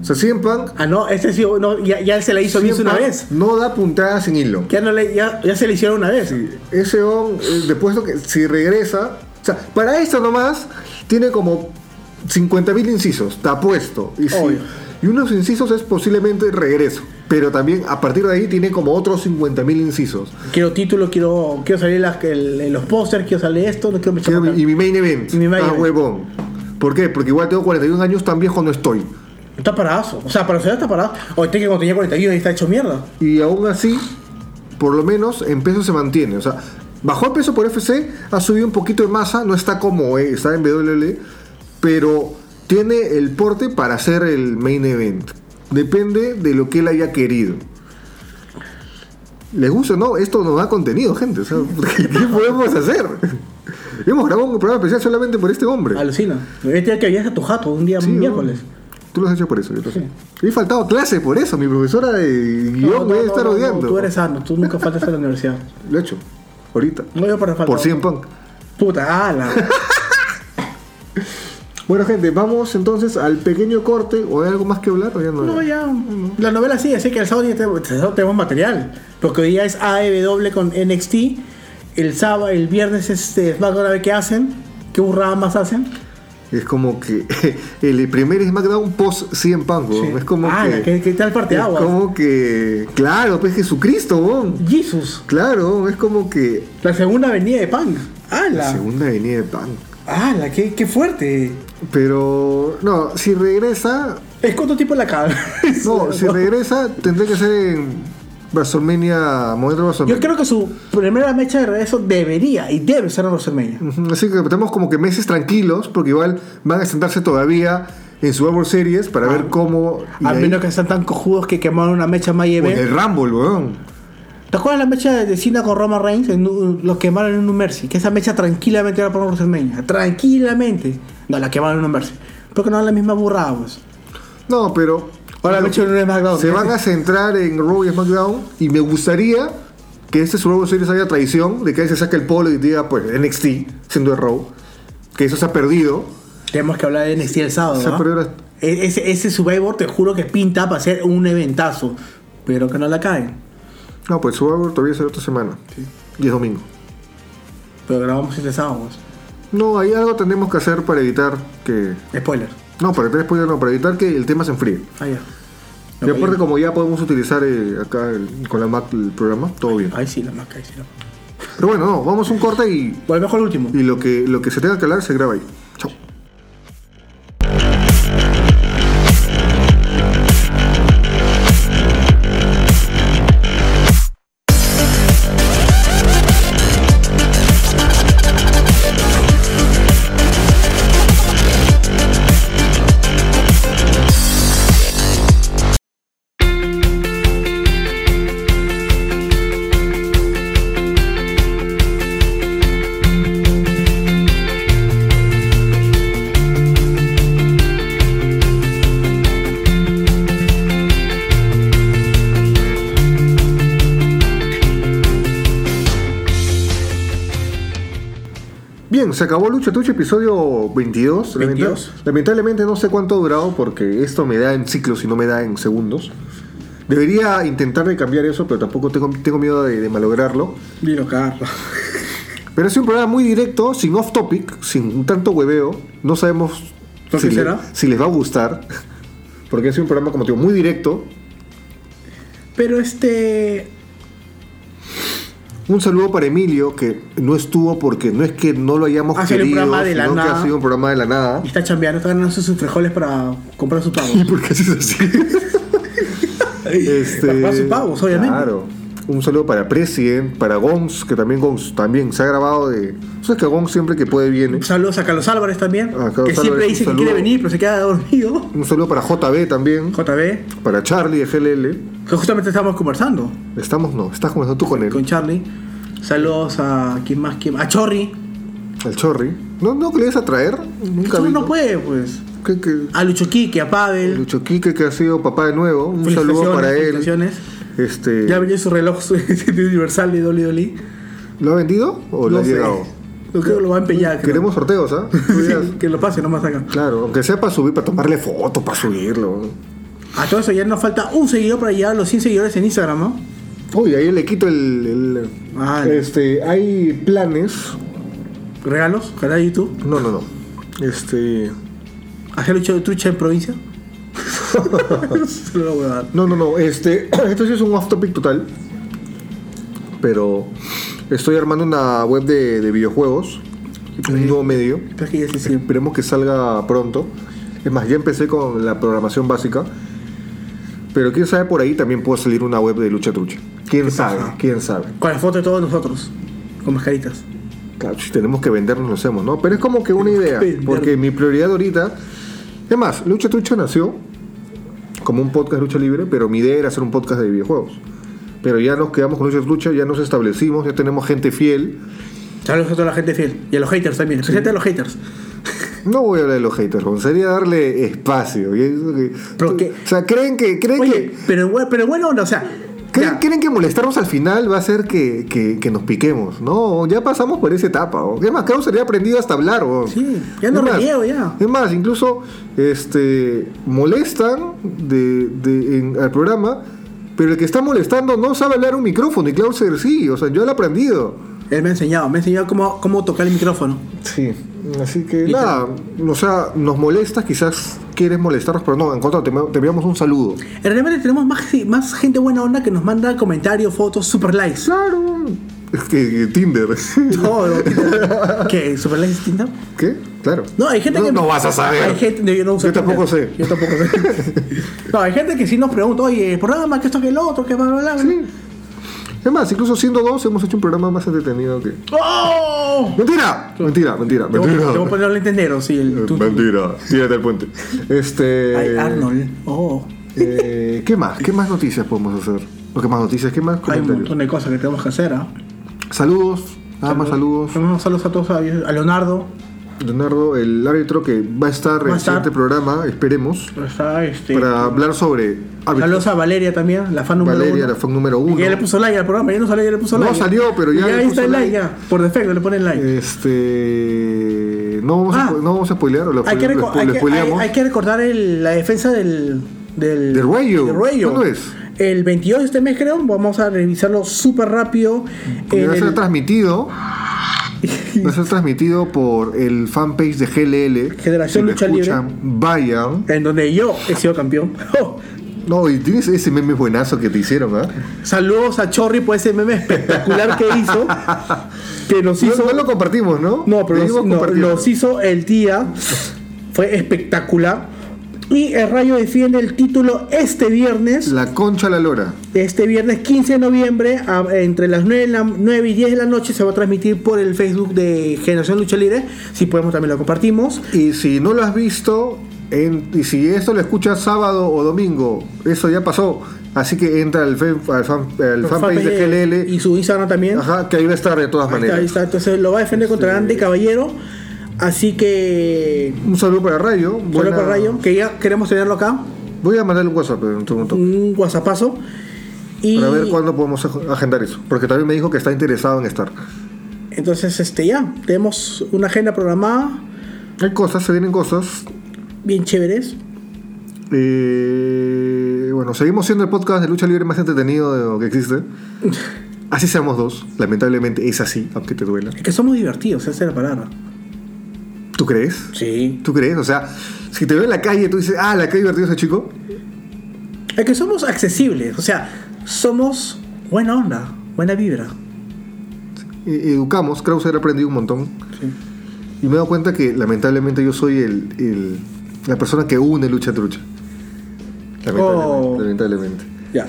O sea, CM Punk,
Ah, no, este sí, no, ya, ya se la hizo bien
CM
una
Punk
vez.
no da puntadas sin hilo.
Ya, no le, ya, ya se le hicieron una vez.
Ese on, eh, después lo que si regresa, o sea, para esto nomás tiene como 50.000 incisos, te apuesto. Y, si-
Obvio.
y unos incisos es posiblemente el regreso, pero también a partir de ahí tiene como otros 50.000 incisos.
Quiero título, quiero, quiero salir las- el- en los pósters, quiero salir esto, no quiero me
Quiero mi- y
chamacar.
mi main event.
Y mi main
ah,
event.
huevón. ¿Por qué? Porque igual tengo 41 años, tan viejo no estoy.
Está parado. O sea, para usted está parado. Hoy tengo que cuando tenía 41 y está hecho mierda.
Y aún así, por lo menos en peso se mantiene. O sea, bajó el peso por FC, ha subido un poquito de masa, no está como eh, está en WWE, pero tiene el porte para hacer el main event. Depende de lo que él haya querido. ¿Les gusta o no? Esto nos da contenido, gente. o sea, [laughs] ¿Qué podemos hacer? [laughs] Hemos grabado un programa especial solamente por este hombre.
Alucina. Debería tener que viajar a tu jato un día
Sí,
miércoles.
¿no? Tú lo has hecho por eso, yo lo sé. He faltado a clase por eso. Mi profesora de guión
No, no,
me debe
no,
estar
no, no,
odiando.
tú eres sano, tú nunca faltas a la universidad.
Lo he hecho. Ahorita.
No yo para faltar.
Por 100 pan.
Puta, ala.
Bueno, gente, vamos entonces al pequeño corte. ¿O hay algo más que hablar? ¿O ya no?
No, ya. La novela sí, así que el sábado ya tenemos, el sábado tenemos material. Porque hoy día es AEW con NXT. El sábado, el viernes es este, SmackDown a ver qué hacen. ¿Qué burradas más hacen?
Es como que [laughs] el primer SmackDown post 100 pan, weón.
Sí.
Oh, Es como
Ah,
que.
¿qué- qué tal parte
es
agua?
como que. Claro, pues Jesucristo, weón.
Jesus.
Claro, es como que.
La segunda avenida de Pan.
La
Ala.
segunda venía de pan.
Ala, qué, qué fuerte.
Pero. No, si regresa.
Es cuánto tiempo la cabeza.
[laughs]
[laughs]
No, si regresa, tendría que ser en WrestleMania. Momento de WrestleMania.
Yo creo que su primera mecha de regreso debería y debe ser en WrestleMania.
Ujú, Así que tenemos como que meses tranquilos, porque igual van a sentarse todavía en su World Series para
Ah.
ver cómo. y
Al
ahí-
menos que sean tan cojudos que quemaron una mecha más y
o en el Rumble, weón.
¿Te acuerdas la mecha de Cena con Roman Reigns? En un- lo quemaron en un Mercy. Que esa mecha tranquilamente era para un WrestleMania. Tranquilamente. No, la quemaron en un Mercy. Porque no es la misma burrada, pues.
No, pero.
Ahora
lo-
lo he hecho en un SmackDown. ¿eh?
Se van a centrar en Raw y SmackDown, y me gustaría que este Survivor Series haya tradición de que ahí se saque el polo y diga, pues, NXT, siendo de Raw, que eso se ha perdido.
Tenemos que hablar de NXT el sábado.
Se ha
¿no?
perdido la-
E- ese, ese Survivor te juro que pinta para ser un eventazo. Pero que no la caen.
No, pues Survivor todavía será otra semana. Y es domingo.
Pero grabamos este sábado,
No, hay algo tenemos que hacer para evitar que.
pues. Spoiler.
No, para evitar, spoiler, no, para evitar que el tema se enfríe.
Ah, ya.
Y aparte, como ya podemos utilizar eh, acá el- con la Mac el programa, todo bien.
Ahí sí, la marca, ahí sí. La... marca.
Pero bueno, no, vamos a un corte y,
O a lo mejor el último.
y lo, que, lo que se tenga que hablar se graba ahí. Chao. Bien, se acabó Lucha Tucha, episodio 22. Lamenta-
22.
lamentablemente no sé cuánto ha durado porque esto me da en ciclos y no me da en segundos. Debería intentar de cambiar eso, pero tampoco tengo, tengo miedo de, de malograrlo.
Dilo, Carlos.
Pero es un programa muy directo, sin off topic, sin tanto hueveo. No sabemos
¿Por
si,
qué
le-
será?
si les va a gustar. [laughs] Porque es un programa, como te digo, muy directo.
Pero este.
Un saludo para Emilio, que no estuvo porque no es que no lo hayamos
Ha sido un
querido,
programa de la
sino que
nada.
ha sido un programa de la
[laughs]
nada.
Está chambeando, está ganando sus frijoles para comprar sus pavos.
¿Y por qué haces [laughs] así? Este,
Para sus pavos, obviamente.
Claro. Un saludo para President, para Gonz, que también Gonz también se ha grabado de. ¿Sabes que Gonz siempre que puede viene?
Saludos a Carlos Álvarez también,
A Ah, Carlos Álvarez,
que siempre
un
dice que
saludo.
quiere venir, pero se queda dormido. [laughs]
Un saludo para JB también,
JB,
para Charlie de GLL.
que justamente estábamos conversando
Estamos, no, estás conversando tú con él.
con Charlie. Saludos a quién más, quién a Chorri.
Al Chorri. ¿No, no que le ibas a traer? Nunca
Chorri
vi,
no puede, pues.
Que, que-
A Lucho Quique, a Pavel.
Lucho Quique, que ha sido papá de nuevo. Un saludo para él.
felicitaciones.
Este,
Ya vendió su reloj [laughs] su- de Universal de Dolly Dolly.
¿Lo ha vendido o lo ha llegado?
Yo creo que lo va a empeñar. creo. [laughs]
Queremos sorteos, ¿ah? Tú dirás.
Sí, que lo pase nomás acá.
Claro, aunque sea para subir, para tomarle foto, para subirlo.
A todo eso ya nos falta un seguidor para llegar a los 100 seguidores en Instagram, ¿no?
Uy, ahí le quito el. el-
Ah,
este, hay planes.
Regalos, canal de YouTube.
No, no, no. Este.
Hacer lucho de trucha en provincia. Se lo voy a dar.
No, no, no. Este. [clears throat] Esto sí es un off topic total. Pero. Estoy armando una web de, de videojuegos. Un nuevo medio.
Pero es que ya se siempre.
Esperemos que salga pronto. Es más, ya empecé con la programación básica. Pero quién sabe por ahí también puede salir una web de lucha trucha. Quién sabe, quién sabe.
Con la foto de todos nosotros. Con mascaritas.
Claro, si tenemos que vendernos lo hacemos, ¿no? Pero es como que una idea,
Vender.
porque mi prioridad ahorita. Es más, Lucha Trucha nació como un podcast de lucha libre, pero mi idea era hacer un podcast de videojuegos. Pero ya nos quedamos con Lucha es Lucha, ya nos establecimos, ya tenemos gente fiel.
Saludos a toda la gente fiel. Y a los haters también. Especialmente a los haters.
No voy a hablar de los haters, weón, sería darle espacio. y eso que-
Pero que-
O sea, creen que, creen
Oye,
que,
pero, bu- pero bueno, o sea.
creen,
ya.
creen que molestarnos al final va a hacer que, que- que nos piquemos. No, ya pasamos por esa etapa. weón. Es más, Krause sería aprendido hasta hablar. weón.
Sí, ya no
Es más,
reniego, ya.
Es más, incluso este, molestan de, de- en- al programa, pero el que está molestando no sabe hablar un micrófono y Klauser sí, o sea, yo lo he aprendido.
Él me ha enseñado, me ha enseñado cómo, cómo tocar el micrófono.
Sí, así que
Literal.
nada, o sea, nos molestas, quizás quieres molestarnos, pero no, en contra, te, te enviamos un saludo.
En realidad tenemos más, más gente buena onda que nos manda comentarios, fotos, super likes.
Claro, es que, que Tinder.
Todo. [laughs] ¿Qué? ¿Super likes Tinder?
[laughs] ¿Qué? Claro.
No, hay gente
no,
que.
No vas a saber.
Hay gente, no, yo no uso
Yo tampoco
Tinder.
sé.
Yo tampoco sé.
[laughs]
no, hay gente que sí nos pregunta, oye, el programa, que esto, que el otro, que bla, bla, bla.
Sí. Es más, incluso siendo dos, hemos hecho un programa más entretenido que.
¡Oh!
¡Mentira! Mentira, mentira,
Te voy
mentira.
te voy a poner el entendero, sí. El,
Eh,
tú-
Mentira, tírate al puente. Este.
Ay, Arnold. Oh.
eh, ¿Qué más? ¿Qué más noticias podemos hacer? ¿O qué más noticias? ¿Qué más
Hay un
comentarios?
montón de cosas que tenemos que hacer, ¿ah?
Saludos, nada Ah, más saludos.
Mandamos saludos a todos, a a Leonardo.
Leonardo, el árbitro que va a estar en
a
el
estar.
siguiente programa, esperemos,
Está este.
para hablar sobre árbitros.
Saludos a Valeria también, la fan número
Valeria,
uno.
la fan número
Y
uno.
ya le puso like al programa, ya no salió, ya le puso
No
like.
salió, pero ya
Y
le
ahí
puso
está el like,
like.
ya. Por defecto le ponen like.
Este. No vamos,
Ah.
a, no vamos a spoilear, o lo
hay, que
spoile- lo
reco-
spoile-
hay,
lo
que, hay,
spoileamos.
hay que recordar el- la defensa del. Del,
Del Rayo.
del Rayo.
¿Cuándo es?
El 22 de este mes, creo. Vamos a revisarlo súper rápido.
Y
En
va a ser
el- [laughs]
transmitido. Va a ser transmitido por el fanpage de GLL.
Generación
si lo
Lucha Libre.
escuchan, Vayan.
en donde yo he sido campeón. [laughs] Oh,
No, y tienes ese meme buenazo que te hicieron, ¿ah?
Saludos a Chorri por ese meme espectacular
[laughs]
que hizo. Que nos
No,
hizo.
no lo compartimos, ¿no?
No, pero los,
Seguimos
no,
compartiendo.
los hizo el día. Fue espectacular. Y el Rayo defiende el título este viernes.
La concha a la lora.
Este viernes 15 de noviembre, a- entre las 9, de la- 9 y 10 de la noche, se va a transmitir por el Facebook de Generación Lucha Libre. Si podemos, también lo compartimos.
Y si no lo has visto, en- y si esto lo escuchas sábado o domingo, eso ya pasó. Así que entra al, fan- al fan- al fanpage de GLL.
Y su Instagram también.
Ajá, Este, que ahí va a estar de todas
Ahí está,
maneras.
ahí está. Entonces lo va a defender contra Andy Caballero. Así que.
Un saludo para Rayo.
Solo
buena-
para Rayo, que ya queremos tenerlo acá.
Voy a mandarle un WhatsApp en un momento.
Un WhatsAppazo. Y
Para ver cuándo podemos aj- agendar eso. Porque también me dijo que está interesado en estar.
entonces, este ya, tenemos una agenda programada
Hay cosas, se vienen cosas.
bien chéveres.
Eh, bueno, seguimos siendo el podcast de lucha libre más entretenido que
[laughs]
existe. Así seamos dos. Lamentablemente es así, aunque te duela.
Es que somos divertidos, esa es la palabra.
¿Tú crees?
Sí.
¿Tú crees? O sea, si te veo en la calle, tú dices, ah, la que divertido ese chico.
Es que somos accesibles, o sea, somos buena onda, buena vibra.
E- educamos, Krauser ha aprendido un montón. Y me he dado cuenta que lamentablemente yo soy el, el- la persona que une lucha trucha. Lamentablemente.
Oh.
lamentablemente.
Ya.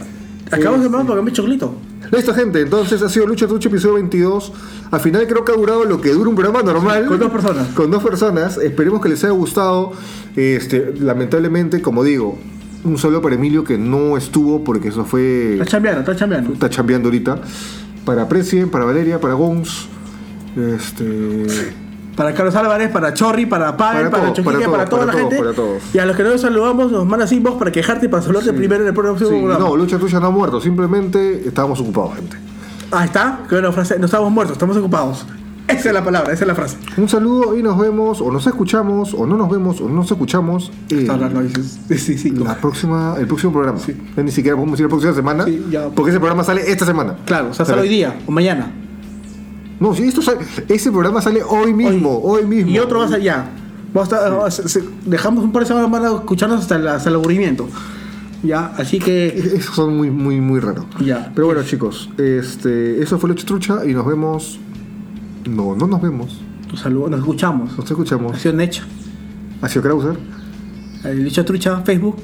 Acabamos de hablar porque me he choclito.
Listo, gente. Entonces ha sido Lucha Trucha episodio 22. Al final creo que ha durado lo que dura un programa normal.
Con dos personas.
Con dos personas. Esperemos que les haya gustado. Este, lamentablemente, como digo, un solo para Emilio que no estuvo porque eso fue...
Está chambeando, está chambeando.
está chambeando ahorita. Para Presien, para Valeria, para Gons. Este.
Para Carlos Álvarez, para Chorri, para Pavel,
Para
para,
todos,
Choquique,
para
para,
todos,
toda
para
la
todos,
gente.
para todos.
Y a los que no los saludamos, nos mandas inbox para quejarte y para saludarte primero en el próximo
Sí,
programa.
no, Lucha Tuya no ha muerto, simplemente estábamos ocupados, gente.
Ahí está, que buena frase. No estamos muertos, estamos ocupados. Esa es la palabra, esa es la frase.
Un saludo y nos vemos, o nos escuchamos, o no nos vemos, o no nos escuchamos. en
Está hablando, dices. Sí, sí, sí.
la próxima, el próximo programa. Ya Ni siquiera podemos decir la próxima semana.
Sí, ya.
Porque ese programa sale esta semana.
Claro, o sea, sale
Pero-
hoy día o mañana.
No, si esto sale- ese programa sale hoy mismo, hoy, mismo.
Y otro va a ser ya. Vamos a estar- se- se- dejamos un par de semanas para escucharnos hasta, la- hasta el aburrimiento. Ya, así que.
Esos son muy, muy, muy raros.
Ya.
Pero bueno, chicos, este, eso fue Lucha Trucha y nos vemos. No, no nos vemos.
Nos saludos, nos escuchamos.
Nos escuchamos.
Acción hecha.
Ha sido Krauser,
El dicho trucha, Facebook.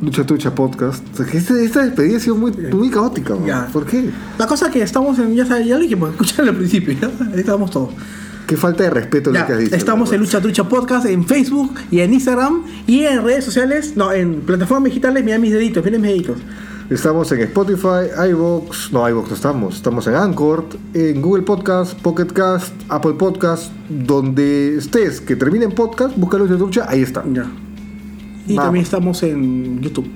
Lucha Trucha Podcast. O sea, que este- esta despedida ha sido muy, muy caótica. man.
Ya.
¿Por qué?
[laughs] La cosa que estamos en. Ya sabes, ya lo dijimos, escuchar al principio. ¿ya? Ahí estamos todos.
Qué falta de respeto lo
Ya,
que has dicho.
estamos en
Robert.
Lucha Trucha Podcast en Facebook y en Instagram y en redes sociales, no, en plataformas digitales, mira mis deditos, miren mis deditos.
Estamos en Spotify, iVoox, no iVoox no estamos, estamos en Anchor, en Google Podcast, Pocket Cast, Apple Podcast, donde estés, que termine en podcast, búscalo en YouTube, ahí está.
Ya. Y
Vamos.
también estamos en YouTube.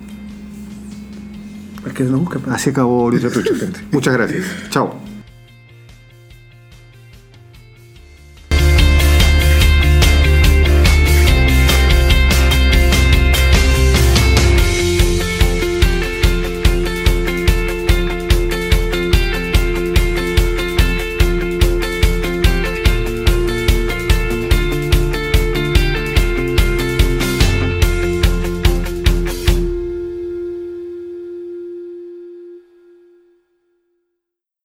Para que nos busque. pues.
Así acabó Lucha Trucha, gente. Muchas gracias. Chao.